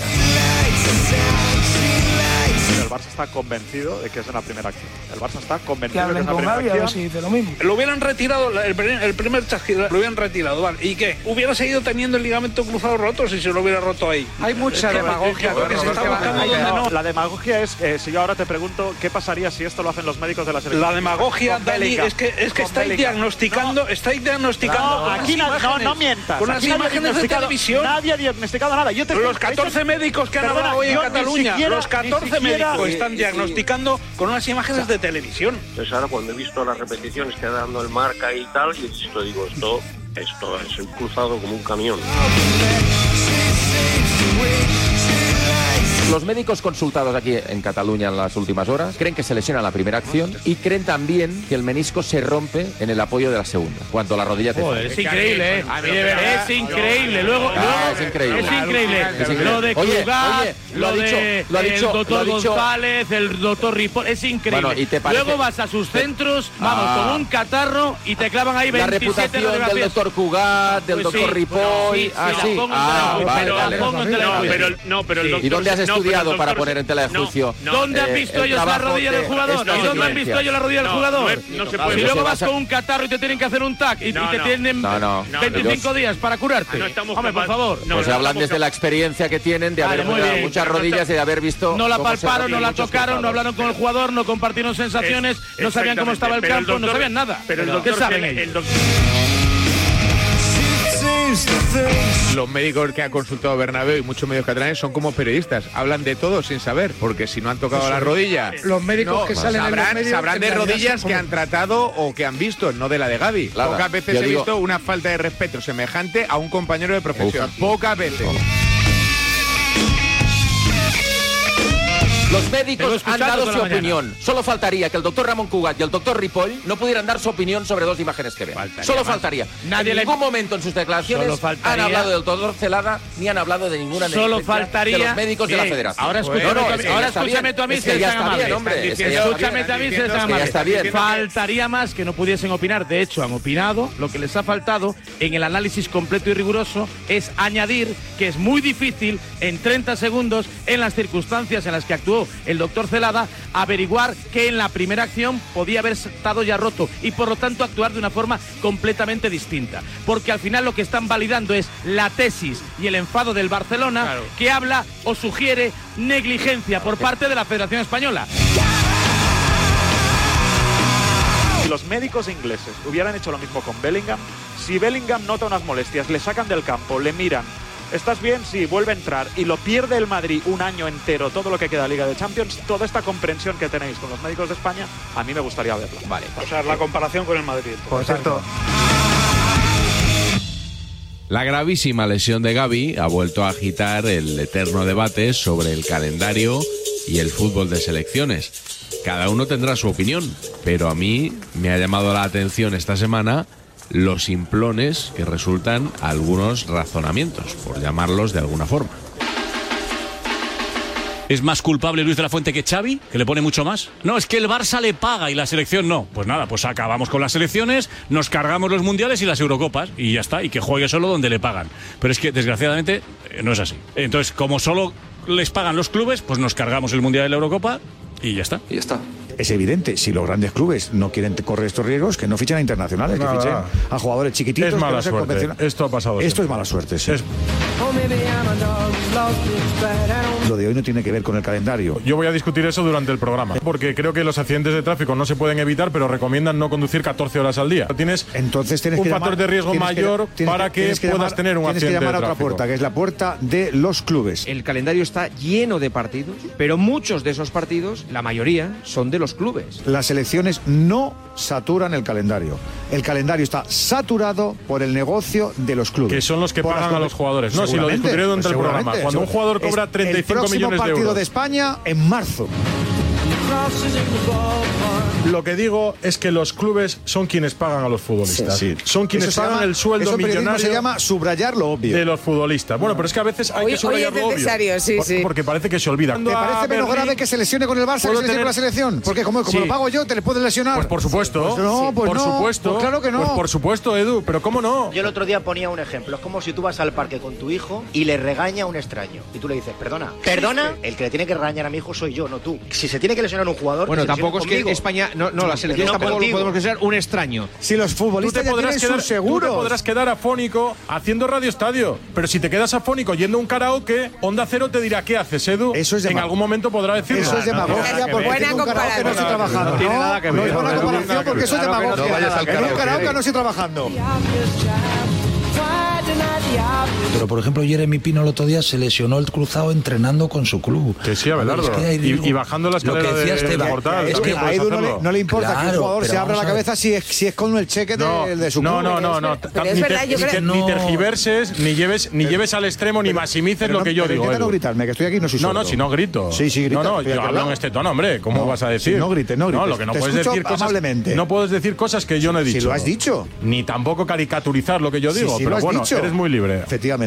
Speaker 15: Pero el Barça está convencido de que es en la primera acción. El Barça está convencido de que es
Speaker 12: hablen
Speaker 15: en la
Speaker 12: con
Speaker 15: primera
Speaker 12: Gaby, a ver
Speaker 15: acción.
Speaker 12: si dice lo mismo.
Speaker 5: Lo hubieran retirado, la- el, primer- el primer chasquido lo hubieran retirado, ¿vale? ¿Y qué? Hubiera seguido teniendo el ligamento cruzado roto si se lo hubiera roto ahí. Hay
Speaker 15: mucha
Speaker 5: demagogia, porque se está buscando donde no.
Speaker 15: La demagogia es, eh, si yo ahora te pregunto, ¿qué pasaría si esto lo hacen los médicos de la selección?
Speaker 5: La demagogia,
Speaker 15: Con
Speaker 5: Dani,
Speaker 15: Bélica.
Speaker 5: es que, es que
Speaker 15: Con
Speaker 5: estáis
Speaker 15: Bélica.
Speaker 5: diagnosticando, estáis diagnosticando.
Speaker 15: No,
Speaker 5: con
Speaker 15: aquí
Speaker 5: unas
Speaker 15: na- no,
Speaker 5: imágenes,
Speaker 15: no mientas.
Speaker 5: Con unas
Speaker 15: Aquí nadie ha
Speaker 5: imágenes de
Speaker 15: diagnosticado-
Speaker 5: televisión.
Speaker 15: Nadie ha diagnosticado nada. Yo te
Speaker 5: los 14 médicos que han
Speaker 15: Perdona,
Speaker 5: hablado hoy en
Speaker 15: yo ni
Speaker 5: Cataluña,
Speaker 15: siquiera-
Speaker 5: los
Speaker 15: ni
Speaker 5: 14
Speaker 15: siquiera-
Speaker 5: médicos
Speaker 15: Sí,
Speaker 5: están
Speaker 15: sí.
Speaker 5: diagnosticando con unas imágenes de televisión.
Speaker 41: Entonces Pues ahora cuando he visto las repeticiones que ha dando el marca y tal, y esto digo, esto, esto es un cruzado como un camión.
Speaker 12: Los médicos consultados aquí en Cataluña en las últimas horas creen que se lesiona en la primera acción y creen también que el menisco se rompe en el apoyo de la segunda, cuando la rodilla te
Speaker 25: Joder, es increíble, ¿eh? Es increíble. Luego,
Speaker 12: Ah,
Speaker 25: luego-
Speaker 12: es increíble.
Speaker 25: Es increíble.
Speaker 12: Es increíble.
Speaker 25: Lo de
Speaker 12: Oye,
Speaker 25: Krugar,
Speaker 12: oye, lo
Speaker 25: lo,
Speaker 12: ha dicho-
Speaker 25: de
Speaker 12: lo ha
Speaker 25: el
Speaker 12: dicho-
Speaker 25: doctor
Speaker 12: lo ha dicho-
Speaker 25: González, el doctor Ripoll. Es increíble.
Speaker 12: Bueno, ¿y te parece-
Speaker 25: Luego vas a sus centros, vamos,
Speaker 12: Ah.
Speaker 25: con un catarro y te clavan ahí
Speaker 12: La
Speaker 25: 27
Speaker 12: reputación del
Speaker 25: radiografías.
Speaker 12: doctor Cugat, del
Speaker 25: Pues sí,
Speaker 12: doctor Ripoll,
Speaker 25: sí, sí, la
Speaker 12: así.
Speaker 25: pongo en tela
Speaker 12: Ah,
Speaker 25: de juicio,
Speaker 12: vale,
Speaker 25: pero la
Speaker 12: vale.
Speaker 25: pongo en tela de
Speaker 12: No,
Speaker 25: juicio.
Speaker 12: pero-
Speaker 5: no, pero
Speaker 25: el
Speaker 12: ¿Y
Speaker 25: doctor-
Speaker 12: dónde has
Speaker 25: no, pero el
Speaker 12: estudiado
Speaker 25: doctor-
Speaker 12: para poner en tela de
Speaker 25: no,
Speaker 12: juicio?
Speaker 25: no. ¿Dónde has visto ellos la rodilla del jugador? ¿Y dónde han visto ellos la rodilla del jugador? Y luego vas con un catarro y te tienen que hacer un tac y, y
Speaker 12: No,
Speaker 25: te
Speaker 12: no.
Speaker 25: tienen
Speaker 12: No, no. No,
Speaker 25: 25
Speaker 12: no.
Speaker 25: días para curarte.
Speaker 12: No
Speaker 25: estamos Hombre, por favor.
Speaker 12: pues hablan desde la experiencia que tienen de
Speaker 25: Vale,
Speaker 12: haber
Speaker 25: muy
Speaker 12: jugado
Speaker 25: bien.
Speaker 12: muchas
Speaker 25: Pero no
Speaker 12: rodillas
Speaker 25: está-
Speaker 12: y de haber visto.
Speaker 25: No la
Speaker 12: cómo se
Speaker 25: palparon, no
Speaker 12: rompen
Speaker 25: la
Speaker 12: muchos
Speaker 25: tocaron, no
Speaker 12: cruzados.
Speaker 25: hablaron con el jugador, no compartieron sensaciones, no sabían cómo estaba el
Speaker 12: Pero el
Speaker 25: campo, no
Speaker 12: doctor-
Speaker 25: sabían nada.
Speaker 12: pero el
Speaker 25: ¿Qué
Speaker 12: doctor
Speaker 25: saben
Speaker 12: tiene-
Speaker 25: ellos?
Speaker 19: Los médicos que ha consultado Bernabéu y muchos medios catalanes son como periodistas, hablan de todo sin saber, porque si no han tocado la rodilla,
Speaker 12: Los médicos
Speaker 9: que salen en los
Speaker 12: sabrán,
Speaker 9: medios
Speaker 12: sabrán de
Speaker 9: en realidad
Speaker 12: rodillas
Speaker 9: son
Speaker 12: que
Speaker 9: como-
Speaker 12: han tratado o que han visto, no de la de Gaby.
Speaker 9: Claro,
Speaker 12: Pocas veces
Speaker 9: yo
Speaker 12: he
Speaker 9: digo-
Speaker 12: visto una falta de respeto semejante a un compañero de profesión.
Speaker 9: Uf.
Speaker 12: Pocas veces.
Speaker 42: Los
Speaker 12: médicos han dado su opinión. Solo faltaría que el doctor Ramón Cugat y el doctor Ripoll no pudieran dar su opinión sobre dos imágenes que vean. Solo
Speaker 5: más.
Speaker 12: faltaría.
Speaker 5: Nadie
Speaker 12: en
Speaker 5: le-
Speaker 12: ningún momento en sus
Speaker 5: Solo
Speaker 12: declaraciones han
Speaker 5: faltaría-
Speaker 12: hablado del doctor Celada ni han hablado de ninguna
Speaker 5: Solo
Speaker 12: negligencia
Speaker 5: faltaría-
Speaker 12: de los médicos de la
Speaker 5: Bien,
Speaker 12: Federación.
Speaker 5: ahora escúchame tú a mí-
Speaker 12: es que
Speaker 5: ahora
Speaker 12: ya está bien.
Speaker 5: escúchame tú a mí,
Speaker 12: Es que
Speaker 5: si
Speaker 12: ya
Speaker 5: eres tan
Speaker 12: está bien,
Speaker 5: amable.
Speaker 12: hombre. Es que ya está bien.
Speaker 25: Escúchame también,
Speaker 12: Es que ya está bien.
Speaker 25: Faltaría más que no pudiesen opinar. De hecho, han opinado. Lo que les ha faltado en el análisis completo y riguroso es añadir que es muy difícil en 30 segundos, en las circunstancias en las que actuó el doctor Celada, averiguar que en la primera acción podía haber estado ya roto y por lo tanto actuar de una forma completamente distinta. Porque al final lo que están validando es la tesis y el enfado del Barcelona que habla o sugiere negligencia por parte de la Federación Española.
Speaker 15: Si los médicos ingleses hubieran hecho lo mismo con Bellingham, si Bellingham nota unas molestias, le sacan del campo, le miran, ¿estás bien? Sí, vuelve a entrar y lo pierde el Madrid un año entero, todo lo que queda de Liga de Champions, toda esta comprensión que tenéis con los médicos de España, a mí me gustaría verla. Vale.
Speaker 5: O sea, la comparación con el Madrid.
Speaker 12: Por cierto,
Speaker 22: La gravísima lesión de Gaby ha vuelto a agitar el eterno debate sobre el calendario y el fútbol de selecciones. Cada uno tendrá su opinión, pero a mí me ha llamado la atención esta semana los simplones que resultan algunos razonamientos, por llamarlos de alguna forma.
Speaker 43: ¿Es más culpable Luis de la Fuente que Xavi, que le pone mucho más? No, es que el Barça le paga y la selección no. Pues nada, pues acabamos con las selecciones, nos cargamos los mundiales y las Eurocopas y ya está, y que juegue solo donde le pagan. Pero es que desgraciadamente eh, no es así. Entonces, como solo les pagan los clubes, pues nos cargamos el mundial y la Eurocopa y ya está. Y ya está.
Speaker 9: es evidente. Si los grandes clubes no quieren correr estos riesgos, que no fichen a internacionales,
Speaker 26: Nada,
Speaker 9: que fichen
Speaker 26: nada.
Speaker 9: a jugadores chiquititos.
Speaker 26: Es
Speaker 9: que no
Speaker 26: mala
Speaker 9: sean
Speaker 26: suerte.
Speaker 9: convencionales.
Speaker 26: Esto ha pasado
Speaker 9: Esto
Speaker 26: siempre.
Speaker 9: es mala suerte, sí.
Speaker 19: Oh, maybe I'm a dog who's lost its bad. I don't
Speaker 9: Lo de hoy no tiene que ver con el calendario.
Speaker 26: Yo voy a discutir eso durante el programa, porque creo que los accidentes de tráfico no se pueden evitar, pero recomiendan no conducir 14 horas al día. Tienes
Speaker 9: Entonces tienes
Speaker 26: un
Speaker 9: que
Speaker 26: factor
Speaker 9: llamar-
Speaker 26: de riesgo
Speaker 9: tienes que-
Speaker 26: mayor
Speaker 9: tienes
Speaker 26: para que,
Speaker 9: tienes
Speaker 26: puedas
Speaker 9: llamar-
Speaker 26: tener un
Speaker 9: tienes que
Speaker 26: accidente
Speaker 9: llamar a
Speaker 26: de
Speaker 9: otra
Speaker 26: tráfico.
Speaker 9: puerta, que es la puerta de los clubes.
Speaker 15: El calendario está lleno de partidos, pero muchos de esos partidos, la mayoría, son de los clubes.
Speaker 9: Las elecciones no saturan el calendario. El calendario está saturado por el negocio de los clubes.
Speaker 26: Que son los que
Speaker 9: Por
Speaker 26: pagan
Speaker 9: las-
Speaker 26: a los jugadores. No, si lo
Speaker 9: Seguramente,
Speaker 26: discutiré durante el
Speaker 9: seguramente,
Speaker 26: programa. Cuando un jugador
Speaker 9: seguro.
Speaker 26: cobra
Speaker 9: Es
Speaker 26: 35 millones de
Speaker 9: El próximo partido
Speaker 26: euros.
Speaker 9: de España en marzo.
Speaker 19: crosses in the ballpark.
Speaker 26: Lo que digo es que los clubes son quienes pagan a los futbolistas.
Speaker 9: Sí, sí.
Speaker 26: Son quienes
Speaker 9: Eso se
Speaker 26: pagan
Speaker 9: llama-
Speaker 26: el sueldo
Speaker 9: eso en periodismo
Speaker 26: millonario.
Speaker 9: se llama subrayar lo obvio.
Speaker 26: De los futbolistas. Bueno, pero es que a veces hay
Speaker 9: Hoy-
Speaker 26: que subrayar
Speaker 9: hoy es
Speaker 26: lo
Speaker 9: necesario,
Speaker 26: obvio.
Speaker 9: sí,
Speaker 26: Por-
Speaker 9: sí.
Speaker 26: Porque parece que se olvida.
Speaker 9: ¿Te parece menos grave que se lesione con el Barça que
Speaker 26: puedo
Speaker 9: se lesione
Speaker 26: tener-
Speaker 9: con la selección? Porque como, como
Speaker 26: Sí.
Speaker 9: lo pago yo, te le puedes lesionar.
Speaker 26: Pues por supuesto.
Speaker 9: Pues no, pues
Speaker 26: por
Speaker 9: no,
Speaker 26: supuesto.
Speaker 9: pues claro que no.
Speaker 26: Pues por supuesto, Edu, pero ¿cómo no?
Speaker 44: Yo el otro día ponía un ejemplo. Es como si tú vas al parque con tu hijo y le regaña a un extraño. Y tú le dices, perdona. ¿Perdona? El que le tiene que regañar a mi hijo soy yo, no tú. Si se tiene que lesionar un jugador.
Speaker 15: Bueno,
Speaker 44: que se
Speaker 15: tampoco es
Speaker 44: lesione
Speaker 15: que
Speaker 44: conmigo.
Speaker 15: España. No, no la selección
Speaker 44: No
Speaker 15: tampoco lo
Speaker 44: contigo.
Speaker 15: podemos considerar un extraño.
Speaker 9: Si los futbolistas ya tienen sus seguros.
Speaker 26: tú te podrás quedar afónico haciendo radio estadio, pero si te quedas afónico yendo a un karaoke, Onda Cero te dirá qué haces, Edu. Eso es en algún momento podrá decir.
Speaker 9: Eso es demagogia porque tengo un karaoke no estoy trabajando.
Speaker 26: No tiene nada que ver.
Speaker 9: No es buena
Speaker 26: Claro que
Speaker 9: comparación
Speaker 26: no.
Speaker 9: porque eso
Speaker 26: Claro
Speaker 9: es
Speaker 26: que no
Speaker 9: demagogia.
Speaker 26: te vayas al
Speaker 9: En un
Speaker 26: karaoke,
Speaker 9: karaoke
Speaker 26: Eric.
Speaker 9: no estoy trabajando.
Speaker 19: Why deny the obvious?
Speaker 2: Pero por ejemplo, Jeremy Pino el otro día se lesionó el cruzado entrenando con su club.
Speaker 26: Que sí, Abelardo.
Speaker 2: ahí
Speaker 26: Y-
Speaker 2: digo,
Speaker 26: y bajando la escalera
Speaker 2: lo que decía
Speaker 26: de-
Speaker 2: Esteban,
Speaker 26: de Portal,
Speaker 9: Es que
Speaker 26: también
Speaker 9: a
Speaker 26: puedes
Speaker 9: Edu no le,
Speaker 26: hacerlo.
Speaker 9: no le importa que un
Speaker 26: Claro,
Speaker 9: jugador
Speaker 26: pero
Speaker 9: se abra la
Speaker 26: vamos a ver.
Speaker 9: cabeza si es, si es con el cheque de-
Speaker 26: No,
Speaker 9: de su club.
Speaker 26: no, no, no, no. Ni te- ni te- Ni tergiverses, ni lleves, ni lleves al extremo, ni maximices
Speaker 9: pero
Speaker 26: lo
Speaker 9: no-
Speaker 26: que yo
Speaker 9: pero
Speaker 26: digo.
Speaker 9: intenta no
Speaker 26: Edu.
Speaker 9: gritarme, que estoy aquí y no soy
Speaker 26: No, no,
Speaker 9: sordo.
Speaker 26: si no grito.
Speaker 9: Sí, sí,
Speaker 26: No,
Speaker 9: grita,
Speaker 26: no,
Speaker 9: estoy
Speaker 26: yo
Speaker 9: aquí al
Speaker 26: hablo en
Speaker 9: lado.
Speaker 26: este tono, hombre. ¿Cómo
Speaker 9: No,
Speaker 26: vas a
Speaker 9: si
Speaker 26: decir?
Speaker 9: no grites, no grites.
Speaker 26: lo que no
Speaker 9: Te
Speaker 26: puedes
Speaker 9: escucho
Speaker 26: decir cosas.
Speaker 9: amablemente.
Speaker 26: No puedes decir cosas que yo no he
Speaker 9: Si
Speaker 26: dicho.
Speaker 9: lo has dicho.
Speaker 26: Ni tampoco caricaturizar lo que yo
Speaker 9: Sí,
Speaker 26: digo,
Speaker 9: sí, lo
Speaker 26: pero
Speaker 9: has
Speaker 26: bueno,
Speaker 9: dicho.
Speaker 26: eres muy libre.
Speaker 9: Efectivamente.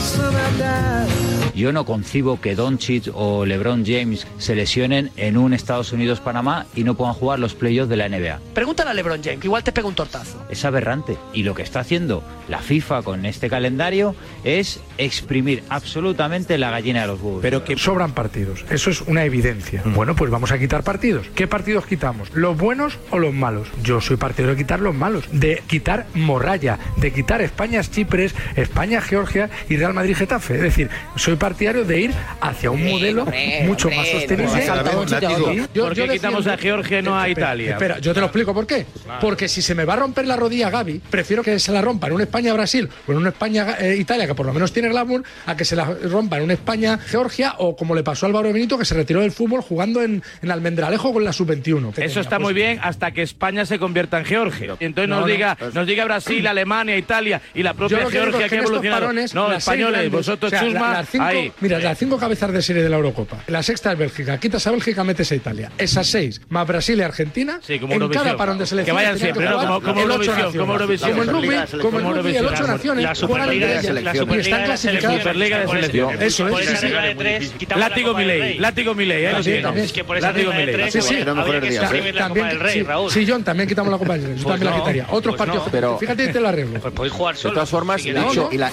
Speaker 19: Son of that.
Speaker 12: Yo no concibo que Doncic o LeBron James se lesionen en un Estados Unidos-Panamá y no puedan jugar los playoffs de la NBA.
Speaker 45: Pregúntale a LeBron James, que igual te pega un tortazo.
Speaker 12: Es aberrante. Y lo que está haciendo la FIFA con este calendario es exprimir absolutamente la gallina de los huevos.
Speaker 5: Pero que sobran partidos, eso es una evidencia.
Speaker 25: Mm.
Speaker 5: Bueno, pues vamos a quitar partidos. ¿Qué partidos quitamos? ¿Los buenos o los malos? Yo soy partidario de quitar los malos, de quitar Morralla, de quitar España-Chipres, España-Georgia y Real Madrid-Getafe. Es decir, soy partidario de ir hacia un modelo mucho más
Speaker 25: Pues,
Speaker 5: sostenible.
Speaker 25: ¿Por qué quitamos a Georgia y no a Italia?
Speaker 5: Espera, yo te lo explico por qué. Porque si se me va a romper la rodilla a Gaby, prefiero que se la rompa en un España-Brasil o en un España-Italia, que por lo menos tiene glamour, a que se la rompa en un España-Georgia o como le pasó a Álvaro Benito, que se retiró del fútbol jugando en, en Almendralejo con la sub-21. que
Speaker 25: Eso
Speaker 5: tenía.
Speaker 25: está muy bien hasta que España se convierta en Georgia. Y entonces
Speaker 5: No,
Speaker 25: nos
Speaker 5: no.
Speaker 25: diga, nos diga Brasil, Alemania, Italia y la propia
Speaker 5: Yo lo que digo
Speaker 25: Georgia
Speaker 5: es
Speaker 25: que ha
Speaker 5: en estos
Speaker 25: evolucionado.
Speaker 5: parones,
Speaker 25: no,
Speaker 5: las seis
Speaker 25: españoles,
Speaker 5: grandes-
Speaker 25: vosotros
Speaker 5: o sea, la-
Speaker 25: chusma,
Speaker 5: las cinco-
Speaker 25: ahí.
Speaker 5: Mira, las cinco cabezas de serie de la Eurocopa. La sexta es Bélgica. Quitas a Bélgica, metes a Italia. Esas seis, más Brasil y Argentina.
Speaker 25: Sí, como
Speaker 5: en
Speaker 25: Eurovisión.
Speaker 5: cada parón de selección.
Speaker 25: Que vayan siempre, ¿no? Como- como Eurovisión, como Eurovisión.
Speaker 5: Como el rugby,
Speaker 25: La Superliga
Speaker 5: como
Speaker 25: de
Speaker 5: el rugby, el
Speaker 25: selecciones.
Speaker 5: ocho
Speaker 25: La
Speaker 5: naciones.
Speaker 25: Superliga
Speaker 5: juegan
Speaker 25: de
Speaker 5: entre ellas
Speaker 25: selecciones.
Speaker 5: Y están clasificadas.
Speaker 25: La Superliga de selecciones.
Speaker 5: Eso
Speaker 25: Por esa
Speaker 5: es. sí, sí.
Speaker 25: regla de tres, quitamos la Látigo Copa del Milei, Rey. látigo Milei, ahí lo
Speaker 5: También,
Speaker 25: tienes.
Speaker 5: también.
Speaker 25: Es que por esa Látigo regla de Milei. tres,
Speaker 5: Sí, sí.
Speaker 25: habría que Habría que escribir escribir la la Copa Copa del del Rey, Rey,
Speaker 5: sí.
Speaker 25: Raúl.
Speaker 5: Sí, John, también quitamos la Copa del Rey. Yo
Speaker 25: Pues
Speaker 5: también la
Speaker 25: no,
Speaker 5: quitaría. Otros
Speaker 25: pues
Speaker 5: partidos.
Speaker 25: no.
Speaker 5: Pero
Speaker 25: Pero-
Speaker 5: fíjate, te lo arreglo.
Speaker 12: Pues
Speaker 25: Podéis jugar
Speaker 46: De todas formas,
Speaker 25: si
Speaker 46: de
Speaker 25: queréis.
Speaker 46: hecho, y la-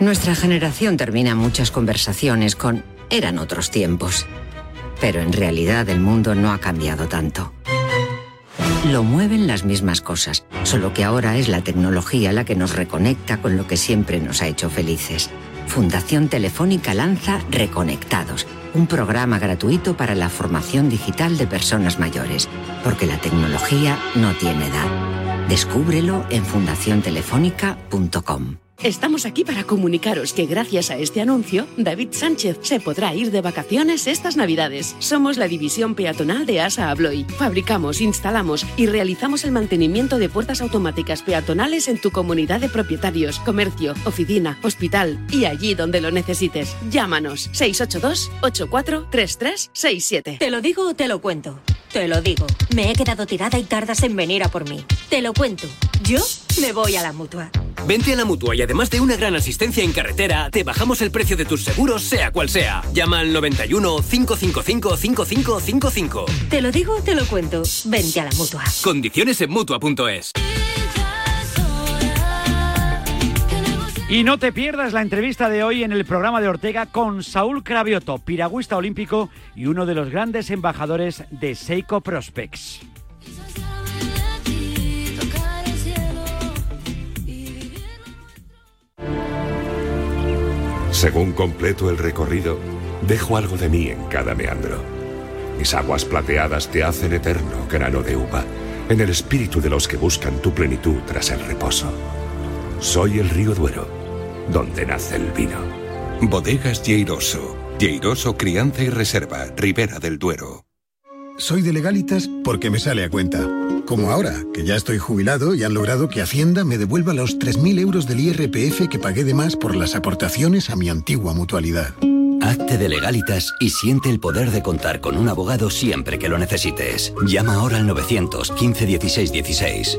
Speaker 47: Nuestra generación termina muchas conversaciones con eran otros tiempos. Pero en realidad el mundo no ha cambiado tanto. Lo mueven las mismas cosas, solo que ahora es la tecnología la que nos reconecta con lo que siempre nos ha hecho felices. Fundación Telefónica lanza Reconectados, un programa gratuito para la formación digital de personas mayores, porque la tecnología no tiene edad. Descúbrelo en fundaciontelefónica.com.
Speaker 2: Estamos aquí para comunicaros que gracias a este anuncio, David Sánchez se podrá ir de vacaciones estas Navidades. Somos la división peatonal de ASA Abloy. Fabricamos, instalamos y realizamos el mantenimiento de puertas automáticas peatonales en tu comunidad de propietarios, comercio, oficina, hospital y allí donde lo necesites. Llámanos 682-843367.
Speaker 12: Te lo digo o te lo cuento. Te lo digo. Me he quedado tirada y tardas en venir a por mí. Te lo cuento. Yo me voy a la mutua.
Speaker 2: Vente a la mutua y además de una gran asistencia en carretera, te bajamos el precio de tus seguros, sea cual sea. Llama al 91 555 5555.
Speaker 4: Te lo digo, te lo cuento. Vente a la mutua.
Speaker 2: Condiciones en mutua.es.
Speaker 48: Y no te pierdas la entrevista de hoy en el programa de Ortega con Saúl Cravioto, piragüista olímpico y uno de los grandes embajadores de Seiko Prospects.
Speaker 3: Según completo el recorrido, dejo algo de mí en cada meandro. Mis aguas plateadas te hacen eterno grano de uva, en el espíritu de los que buscan tu plenitud tras el reposo. Soy el río Duero, donde nace el vino.
Speaker 49: Bodegas Lleiroso. Lleiroso Crianza y Reserva, Ribera del Duero.
Speaker 9: Soy de legalitas porque me sale a cuenta. Como ahora, que ya estoy jubilado y han logrado que Hacienda me devuelva los 3.000 euros del IRPF que pagué de más por las aportaciones a mi antigua mutualidad.
Speaker 50: Hazte de legalitas y siente el poder de contar con un abogado siempre que lo necesites. Llama ahora al 915 16 16.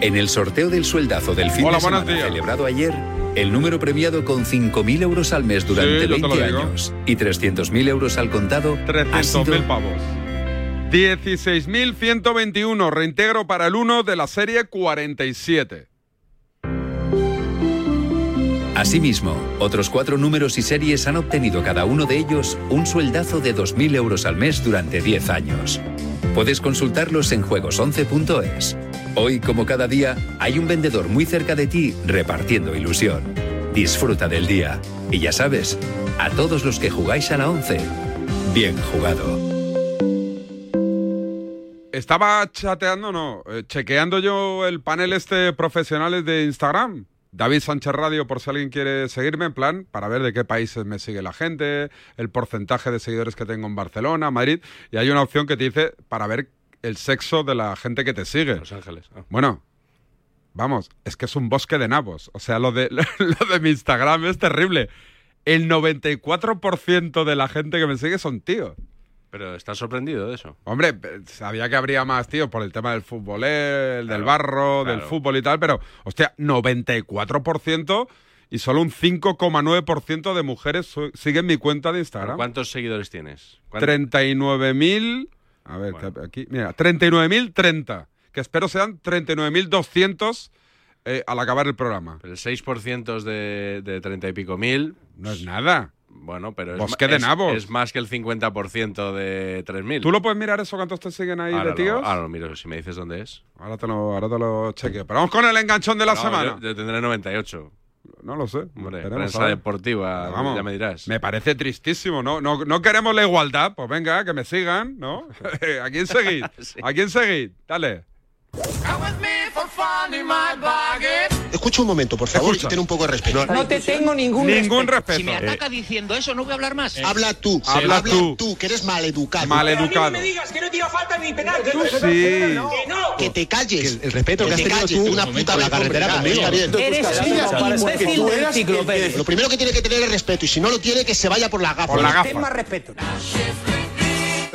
Speaker 12: En el sorteo del sueldazo del fin
Speaker 20: Hola,
Speaker 12: de semana
Speaker 20: buenos días.
Speaker 12: celebrado ayer, el número premiado con 5.000 euros al mes durante
Speaker 20: Sí, yo te lo
Speaker 12: 20
Speaker 20: digo.
Speaker 12: años y 300.000 euros al contado ha sido
Speaker 20: 300.000 pavos. 16.121, reintegro para el 1 de la serie 47.
Speaker 12: Asimismo, otros cuatro números y series han obtenido cada uno de ellos un sueldazo de 2.000 euros al mes durante 10 años. Puedes consultarlos en juegos11.es. Hoy, como cada día, hay un vendedor muy cerca de ti repartiendo ilusión. Disfruta del día. Y ya sabes, a todos los que jugáis a la 11, bien jugado.
Speaker 20: Estaba chateando, no, eh, chequeando yo el panel este profesionales de Instagram. David Sánchez Radio, por si alguien quiere seguirme, en plan, para ver de qué países me sigue la gente, el porcentaje de seguidores que tengo en Barcelona, Madrid. Y hay una opción que te dice para ver el sexo de la gente que te sigue. Los
Speaker 22: Ángeles. ah.
Speaker 20: Bueno, vamos, es que es un bosque de nabos. O sea, lo de, lo de mi Instagram es terrible. El 94% de la gente que me sigue son tíos.
Speaker 22: Pero estás sorprendido de eso.
Speaker 20: Hombre, pe- sabía que habría más, tíos por el tema del fútbol, eh, el del barro, del
Speaker 22: claro.
Speaker 20: fútbol y tal, pero, hostia, 94% y solo un 5,9% de mujeres su- siguen mi cuenta de Instagram.
Speaker 22: ¿Cuántos seguidores tienes? ¿Cuánto-
Speaker 20: 39.000. A ver, que aquí. Mira, 39.030. Que espero sean 39.200 eh, al acabar el programa.
Speaker 22: El 6% de, de 30 y pico mil.
Speaker 20: No es nada.
Speaker 22: Bueno, pero es,
Speaker 20: Bosque
Speaker 22: ma-
Speaker 20: de
Speaker 22: es-
Speaker 20: nabos.
Speaker 22: es más que el 50% de 3.000.
Speaker 20: ¿Tú lo puedes mirar eso cuántos te siguen ahí
Speaker 22: ahora
Speaker 20: de tíos?
Speaker 22: Lo, ahora lo miro, si me dices dónde es.
Speaker 20: Ahora te lo, ahora te lo chequeo. Pero vamos con el enganchón de la
Speaker 22: No,
Speaker 20: semana.
Speaker 22: Yo, yo tendré 98.
Speaker 20: No lo sé.
Speaker 22: Hombre,
Speaker 20: Veremos,
Speaker 22: prensa
Speaker 20: a ver.
Speaker 22: deportiva,
Speaker 20: Pero vamos,
Speaker 22: ya me dirás.
Speaker 20: Me parece tristísimo, ¿no? No, no queremos la igualdad. Pues venga, que me sigan, ¿no? ¿A quién seguís? ¿A quién seguís? Dale.
Speaker 28: Escucha un momento, por favor, y ten un poco de respeto.
Speaker 20: No te tengo ningún Ningún respeto. respeto.
Speaker 28: Si
Speaker 2: Eh,
Speaker 28: me ataca
Speaker 51: diciendo eso, no voy a hablar más.
Speaker 28: Habla tú,
Speaker 20: Sí. Habla
Speaker 28: habla
Speaker 20: tú.
Speaker 28: tú. que eres maleducado.
Speaker 20: Maleducado.
Speaker 51: digas que no tira falta ni penal.
Speaker 28: Tú
Speaker 20: sí.
Speaker 28: Que te calles. el respeto que, que has te tenido calles. tú tú una un puta momento, en la hombre, carretera ya, conmigo. ya, ya. Gabriel. Eres un imbécil de enciclopedia. Lo primero que tiene que tener es respeto y si no lo tiene que se vaya por la gafa. Por la gafa. Ten más pues respeto.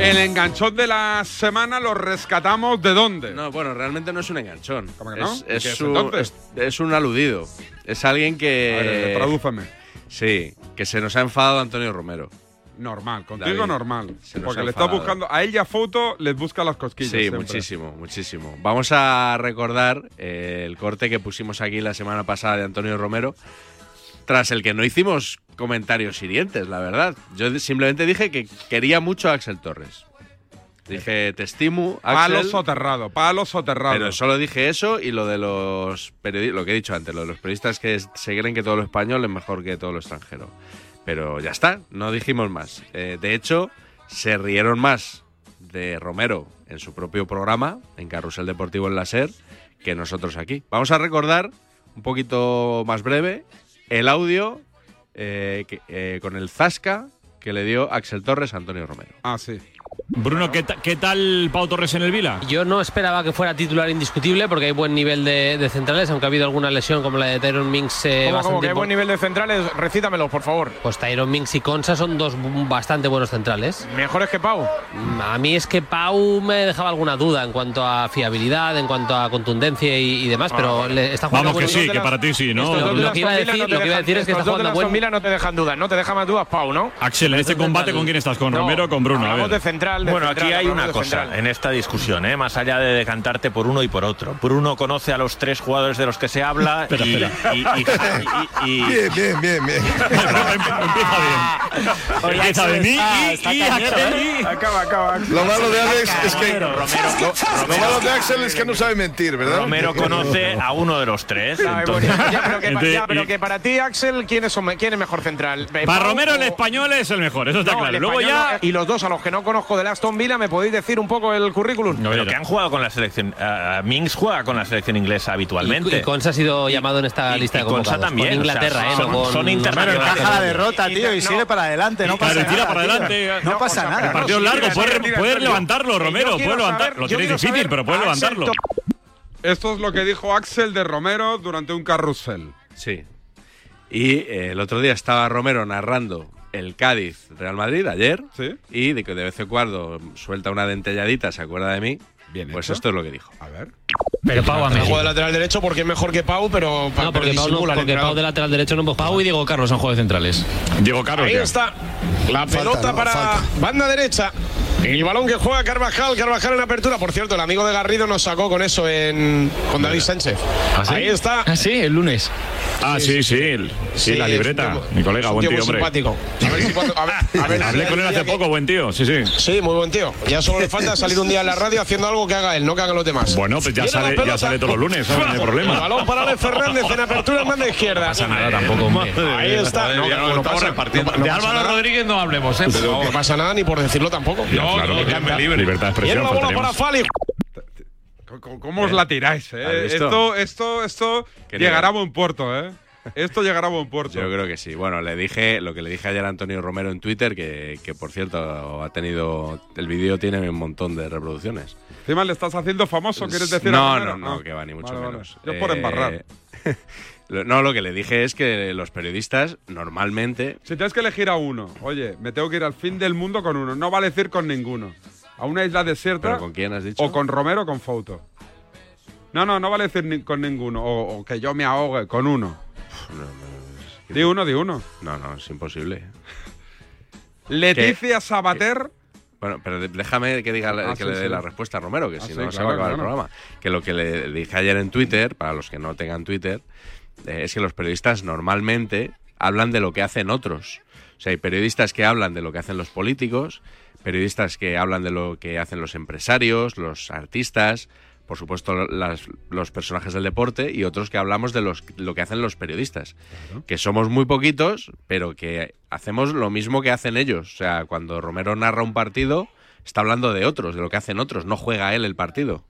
Speaker 20: El enganchón de la semana lo rescatamos de dónde?
Speaker 22: No, bueno, realmente no es un enganchón.
Speaker 20: que no?
Speaker 22: Es, es
Speaker 20: ¿Qué es
Speaker 22: un-
Speaker 20: entonces?
Speaker 22: es- es un aludido. Es alguien que.
Speaker 20: A ver, tradúzame.
Speaker 22: Sí, que se nos ha enfadado Antonio Romero.
Speaker 20: Normal, contigo
Speaker 22: David,
Speaker 20: normal.
Speaker 22: se nos
Speaker 20: Porque
Speaker 22: ha
Speaker 20: le está
Speaker 22: enfadado.
Speaker 20: buscando. A ella foto les busca las
Speaker 22: Sí,
Speaker 20: cosquillas. siempre.
Speaker 22: muchísimo, muchísimo. Vamos a recordar eh, el corte que pusimos aquí la semana pasada de Antonio Romero, tras el que no hicimos comentarios hirientes, la verdad. Yo simplemente dije que quería mucho a Axel Torres. Dije, te estimo.
Speaker 20: Palo
Speaker 22: Axel".
Speaker 20: soterrado, palo soterrado.
Speaker 22: Pero solo dije eso y lo de los periodistas, lo que he dicho antes, lo de los periodistas que es- se creen que todo lo español es mejor que todo lo extranjero. Pero ya está, no dijimos más. Eh, de hecho, se rieron más de Romero en su propio programa, en Carrusel Deportivo en la SER, que nosotros aquí. Vamos a recordar, un poquito más breve, el audio eh, que- eh, con el Zasca que le dio Axel Torres a Antonio Romero.
Speaker 20: Ah, sí.
Speaker 15: Bruno, ¿qué, ta- qué tal Pau Torres en el Vila?
Speaker 12: Yo no esperaba que fuera titular indiscutible porque hay buen nivel de, de centrales, aunque ha habido alguna lesión como la de Tyron Minks. eh,
Speaker 25: ¿Cómo, cómo?
Speaker 12: bastante
Speaker 25: Que hay buen
Speaker 12: impo-
Speaker 25: nivel de centrales, recítamelo, por favor.
Speaker 12: Pues Tyron Minks y Concha son dos bu- bastante buenos centrales. Mm,
Speaker 25: ¿Mejores que Pau?
Speaker 12: A mí es que Pau me dejaba alguna duda en cuanto a fiabilidad, en cuanto a contundencia y, y demás,
Speaker 25: Ah,
Speaker 12: pero
Speaker 25: vale.
Speaker 12: le- está jugando
Speaker 25: Vamos que
Speaker 12: buenos-
Speaker 25: sí, que para ti sí, ¿no?
Speaker 12: Lo-
Speaker 25: Estos dos de
Speaker 12: Lo que iba a
Speaker 25: Aston Villa
Speaker 12: decir
Speaker 25: no te
Speaker 12: lo que iba a
Speaker 25: dejan-
Speaker 12: decir es que
Speaker 25: estos
Speaker 12: está
Speaker 25: dos de
Speaker 12: jugando
Speaker 25: Aston
Speaker 12: buen,
Speaker 25: Villa no te dejan dudas, no te deja más dudas Pau, ¿no?
Speaker 15: Axel, en este combate, ¿con quién estás? ¿Con
Speaker 25: No,
Speaker 15: Romero o con Bruno? A
Speaker 25: hablamos
Speaker 15: ver.
Speaker 25: de central, de
Speaker 3: bueno,
Speaker 25: central,
Speaker 3: aquí hay
Speaker 25: hablamos
Speaker 15: de
Speaker 3: una cosa
Speaker 25: central.
Speaker 3: en esta discusión, ¿eh? más allá de decantarte por uno y por otro. Bruno conoce a los tres jugadores de los que se habla
Speaker 25: Espera,
Speaker 3: y,
Speaker 25: espera.
Speaker 3: y- y- y- y-
Speaker 25: Bien,
Speaker 3: bien, bien, bien.
Speaker 20: Oh,
Speaker 3: Empieza
Speaker 25: Empieza
Speaker 3: bien.
Speaker 25: bien. Y- y- y Axel,
Speaker 20: ¿eh?
Speaker 25: y-
Speaker 23: Lo malo de Alex es que.
Speaker 3: Romero,
Speaker 23: lo, lo malo de Axel es que no sabe mentir, ¿verdad?
Speaker 3: Romero conoce a uno de los tres.
Speaker 25: Ay, bueno,
Speaker 3: entonces-
Speaker 25: ya, pero que, pa-
Speaker 3: Entonces,
Speaker 25: ya, pero
Speaker 3: y-
Speaker 25: que para ti, Axel, ¿quién es, un me- quién es mejor central? Eh,
Speaker 15: Para
Speaker 25: Pau
Speaker 15: Romero el
Speaker 25: o-
Speaker 15: español es el mejor, eso está
Speaker 25: No, el
Speaker 15: claro. Luego
Speaker 25: español
Speaker 15: ya...
Speaker 25: no- Y los dos a los que no conozco del Aston Villa, ¿me podéis decir un poco el currículum?
Speaker 3: pero que han jugado con la selección. ah, Mings juega con la selección inglesa habitualmente.
Speaker 12: Y, y Concha ha sido llamado en esta lista de
Speaker 3: Concha
Speaker 12: convocados.
Speaker 3: también,
Speaker 12: Con
Speaker 3: o sea,
Speaker 12: Inglaterra, ¿eh?
Speaker 3: son-
Speaker 12: no con-
Speaker 3: son internacionales.
Speaker 12: Bueno,
Speaker 2: Baja la derrota, tío, y sigue para adelante, no pasa
Speaker 15: Claro, y tira
Speaker 2: nada.
Speaker 15: para
Speaker 2: tío.
Speaker 15: adelante.
Speaker 2: No pasa nada.
Speaker 15: El partido es largo, puedes, puedes levantarlo, Romero, puedes levantarlo.
Speaker 20: saber-
Speaker 15: Lo
Speaker 20: yo
Speaker 15: tienes
Speaker 20: quiero
Speaker 15: difícil,
Speaker 20: saber
Speaker 15: pero puedes
Speaker 20: a Axel
Speaker 15: levantarlo.
Speaker 20: Esto es lo que dijo Axel de Romero durante un carrusel.
Speaker 22: Sí. Y eh, el otro día estaba Romero narrando el Cádiz Real Madrid ayer. Y de que de vez en cuando suelta una dentelladita, se acuerda de mí. pues esto es lo que dijo.
Speaker 20: A ver.
Speaker 12: Pero Pau
Speaker 25: Yo
Speaker 12: a
Speaker 25: juego
Speaker 12: México.
Speaker 25: de lateral derecho porque es mejor que Pau, pero
Speaker 12: No, porque Pau, no, porque Pau de lateral derecho no hemos Pau y Diego Carlos han jugado de centrales.
Speaker 15: Diego
Speaker 25: Ahí está. La
Speaker 12: Falta,
Speaker 25: pelota
Speaker 12: ¿no?
Speaker 25: para
Speaker 12: Falta.
Speaker 25: banda derecha. El balón que juega Carvajal, Carvajal en apertura. Por cierto, el amigo de Garrido nos sacó con eso en con David Sánchez.
Speaker 15: ¿Ah, sí?
Speaker 25: Ahí está.
Speaker 15: Ah, sí, el lunes. Ah, sí, sí. el- Sí,
Speaker 25: Sí,
Speaker 15: la
Speaker 25: es
Speaker 15: libreta.
Speaker 25: un tío-
Speaker 15: Mi colega,
Speaker 25: es un
Speaker 15: buen
Speaker 25: tío
Speaker 15: tío,
Speaker 25: muy
Speaker 15: hombre.
Speaker 25: simpático.
Speaker 15: Hablé con él hace poco, buen tío. Sí, sí.
Speaker 25: Sí, muy buen tío. Ya solo le falta salir un día en la radio haciendo algo que haga él, no que hagan los demás.
Speaker 15: Bueno, pues ya
Speaker 25: Viene la
Speaker 15: sale, ya
Speaker 25: pelota.
Speaker 15: sale todos los lunes, ¿sabes? No hay problema.
Speaker 25: El balón para Alex Fernández en apertura, manda izquierda. No pasa nada
Speaker 15: tampoco, hombre.
Speaker 25: Ahí está.
Speaker 15: Madre mía, lo estamos repartiendo. De Álvaro
Speaker 25: Rodríguez no hablemos, ¿eh?
Speaker 15: Pero
Speaker 25: no pasa nada ni por decirlo tampoco.
Speaker 15: No, claro, que me libre. Libertad de
Speaker 25: Viene
Speaker 15: expresión.
Speaker 25: la bola
Speaker 15: faltaría
Speaker 25: para
Speaker 15: más.
Speaker 25: Fali.
Speaker 20: ¿Cómo, cómo os la tiráis? eh?
Speaker 22: ¿Has visto?
Speaker 20: Esto, esto, esto
Speaker 22: Qué
Speaker 20: llegará a
Speaker 22: nivel.
Speaker 20: buen puerto, ¿eh? Esto llegará a buen puerto.
Speaker 22: Yo creo que sí. Bueno, le dije lo que le dije ayer a Antonio Romero en Twitter, que, que, por cierto ha tenido. El vídeo tiene un montón de reproducciones.
Speaker 20: Encima le estás haciendo famoso, ¿quieres decir
Speaker 22: Pues no,
Speaker 20: a Romero? Ah.
Speaker 22: no, no, que va, ni mucho
Speaker 20: Vale, vale.
Speaker 22: menos.
Speaker 20: Yo por
Speaker 22: Eh,
Speaker 20: embarrar.
Speaker 22: lo- no, lo que le dije es que los periodistas normalmente.
Speaker 20: Si tienes que elegir a uno, oye, me tengo que ir al fin del mundo con uno. No vale decir con ninguno. A una isla desierta.
Speaker 22: ¿Pero con quién has dicho?
Speaker 20: O con Romero o con Fouto. No, no, no vale decir ni- con ninguno. O, o que yo me ahogue con uno. Di uno, di uno.
Speaker 22: No, no, es imposible.
Speaker 20: Leticia Sabater.
Speaker 22: Bueno, pero de- déjame que diga
Speaker 20: Ah,
Speaker 22: la-
Speaker 20: sí,
Speaker 22: que le dé
Speaker 20: sí.
Speaker 22: la respuesta a Romero, que
Speaker 20: Ah,
Speaker 22: si
Speaker 20: sí,
Speaker 22: no se
Speaker 20: claro,
Speaker 22: va a acabar el
Speaker 20: claro.
Speaker 22: programa. Que lo que le dije ayer en Twitter, para los que no tengan Twitter, eh, es que los periodistas normalmente hablan de lo que hacen otros. O sea, hay periodistas que hablan de lo que hacen los políticos, periodistas que hablan de lo que hacen los empresarios, los artistas, por supuesto las- los personajes del deporte y otros que hablamos de los, lo que hacen los periodistas. Que somos muy poquitos, pero que hacemos lo mismo que hacen ellos. O sea, cuando Romero narra un partido, está hablando de otros, de lo que hacen otros, no juega él el partido.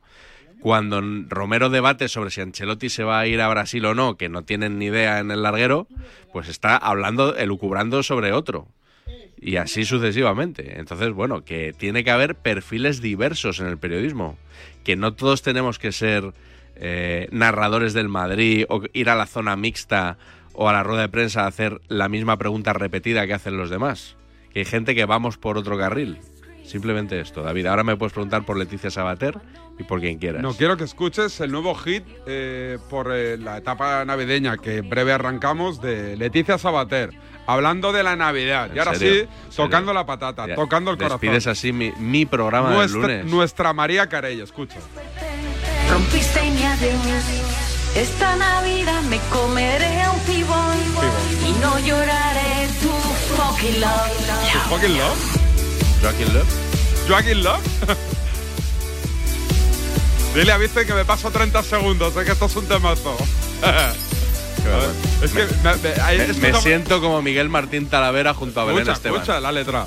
Speaker 22: Cuando n- Romero debate sobre si Ancelotti se va a ir a Brasil o no, que no tienen ni idea en el larguero, pues está hablando, elucubrando sobre otro. Y así sucesivamente. Entonces, bueno, que tiene que haber perfiles diversos en el periodismo. Que no todos tenemos que ser eh, narradores del Madrid o ir a la zona mixta o a la rueda de prensa a hacer la misma pregunta repetida que hacen los demás. Que hay gente que vamos por otro carril. Simplemente esto, David. Ahora me puedes preguntar por Leticia Sabater y por quien quieras.
Speaker 20: No, quiero que escuches el nuevo hit eh, por eh, la etapa navideña que en breve arrancamos de Leticia Sabater, hablando de la Navidad.
Speaker 22: ¿En
Speaker 20: Y ahora
Speaker 22: serio?
Speaker 20: sí, tocando la patata,
Speaker 22: Ya,
Speaker 20: tocando el corazón.
Speaker 22: Despides así mi, mi programa
Speaker 20: nuestra,
Speaker 22: del lunes.
Speaker 20: nuestra María Carello, escucha.
Speaker 2: Rompiste mi adiós. Esta Navidad me comeré a un pibón y no lloraré tu fucking love.
Speaker 20: ¿Tu fucking love?
Speaker 22: Joaquín Love.
Speaker 20: Joaquín Love. Dile a Vicente que me paso 30 segundos, es que esto es un temazo. es que me, me- ahí
Speaker 22: Me-
Speaker 20: escucha-
Speaker 22: me
Speaker 20: siento como Miguel Martín Talavera junto
Speaker 22: a Belén
Speaker 20: escucha,
Speaker 22: Esteban.
Speaker 20: Escucha la letra.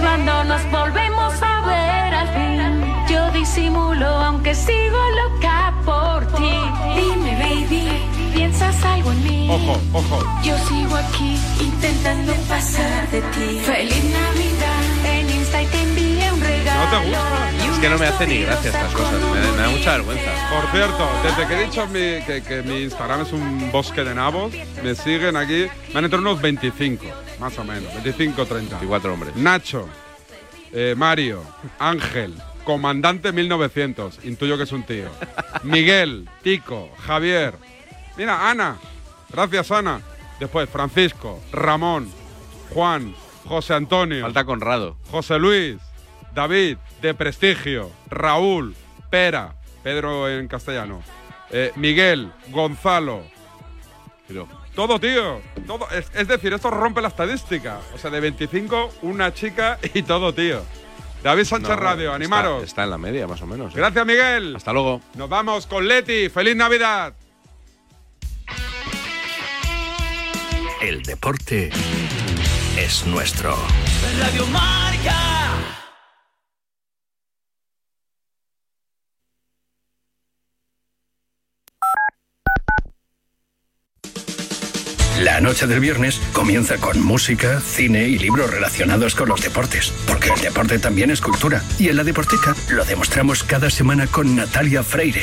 Speaker 2: Cuando nos volvemos a ver al fin, yo disimulo aunque sigo loca por ti. Dime, baby, ¿piensas algo en mí?
Speaker 20: Ojo, ojo.
Speaker 2: Yo sigo aquí intentando pasar de ti. Feliz Navidad. En Insta y te envié un regalo.
Speaker 20: ¿No te gusta?
Speaker 22: Es que no me hace ni gracia estas cosas, me, da- me da mucha vergüenza.
Speaker 20: Por cierto, desde que he dicho mi- que, que mi Instagram es un bosque de nabos, me siguen aquí, me han entrado unos 25, más o menos, 25, 30. 24 hombres. Nacho, eh, Mario, Ángel, Comandante 1900, intuyo que es un tío. Miguel, Tico, Javier. Mira, Ana, gracias Ana. Después, Francisco, Ramón, Juan, José Antonio. Falta Conrado. José Luis, David, de prestigio, Raúl, Pera, Pedro en castellano, eh, Miguel, Gonzalo. Todo, tío. Todo. Es, es decir, esto rompe la estadística. O sea, de 25, una chica y todo, tío. David Sánchez
Speaker 22: No,
Speaker 20: Radio,
Speaker 22: está-
Speaker 20: animaros.
Speaker 22: Está en la media, más o menos. ¿eh?
Speaker 20: Gracias, Miguel.
Speaker 22: Hasta luego.
Speaker 20: Nos vamos con Leti. ¡Feliz Navidad!
Speaker 52: El deporte es nuestro.
Speaker 21: Radio Marca.
Speaker 12: La noche del viernes comienza con música, cine y libros relacionados con los deportes, porque el deporte también es cultura. Y en la Deporteca lo demostramos cada semana con Natalia Freire,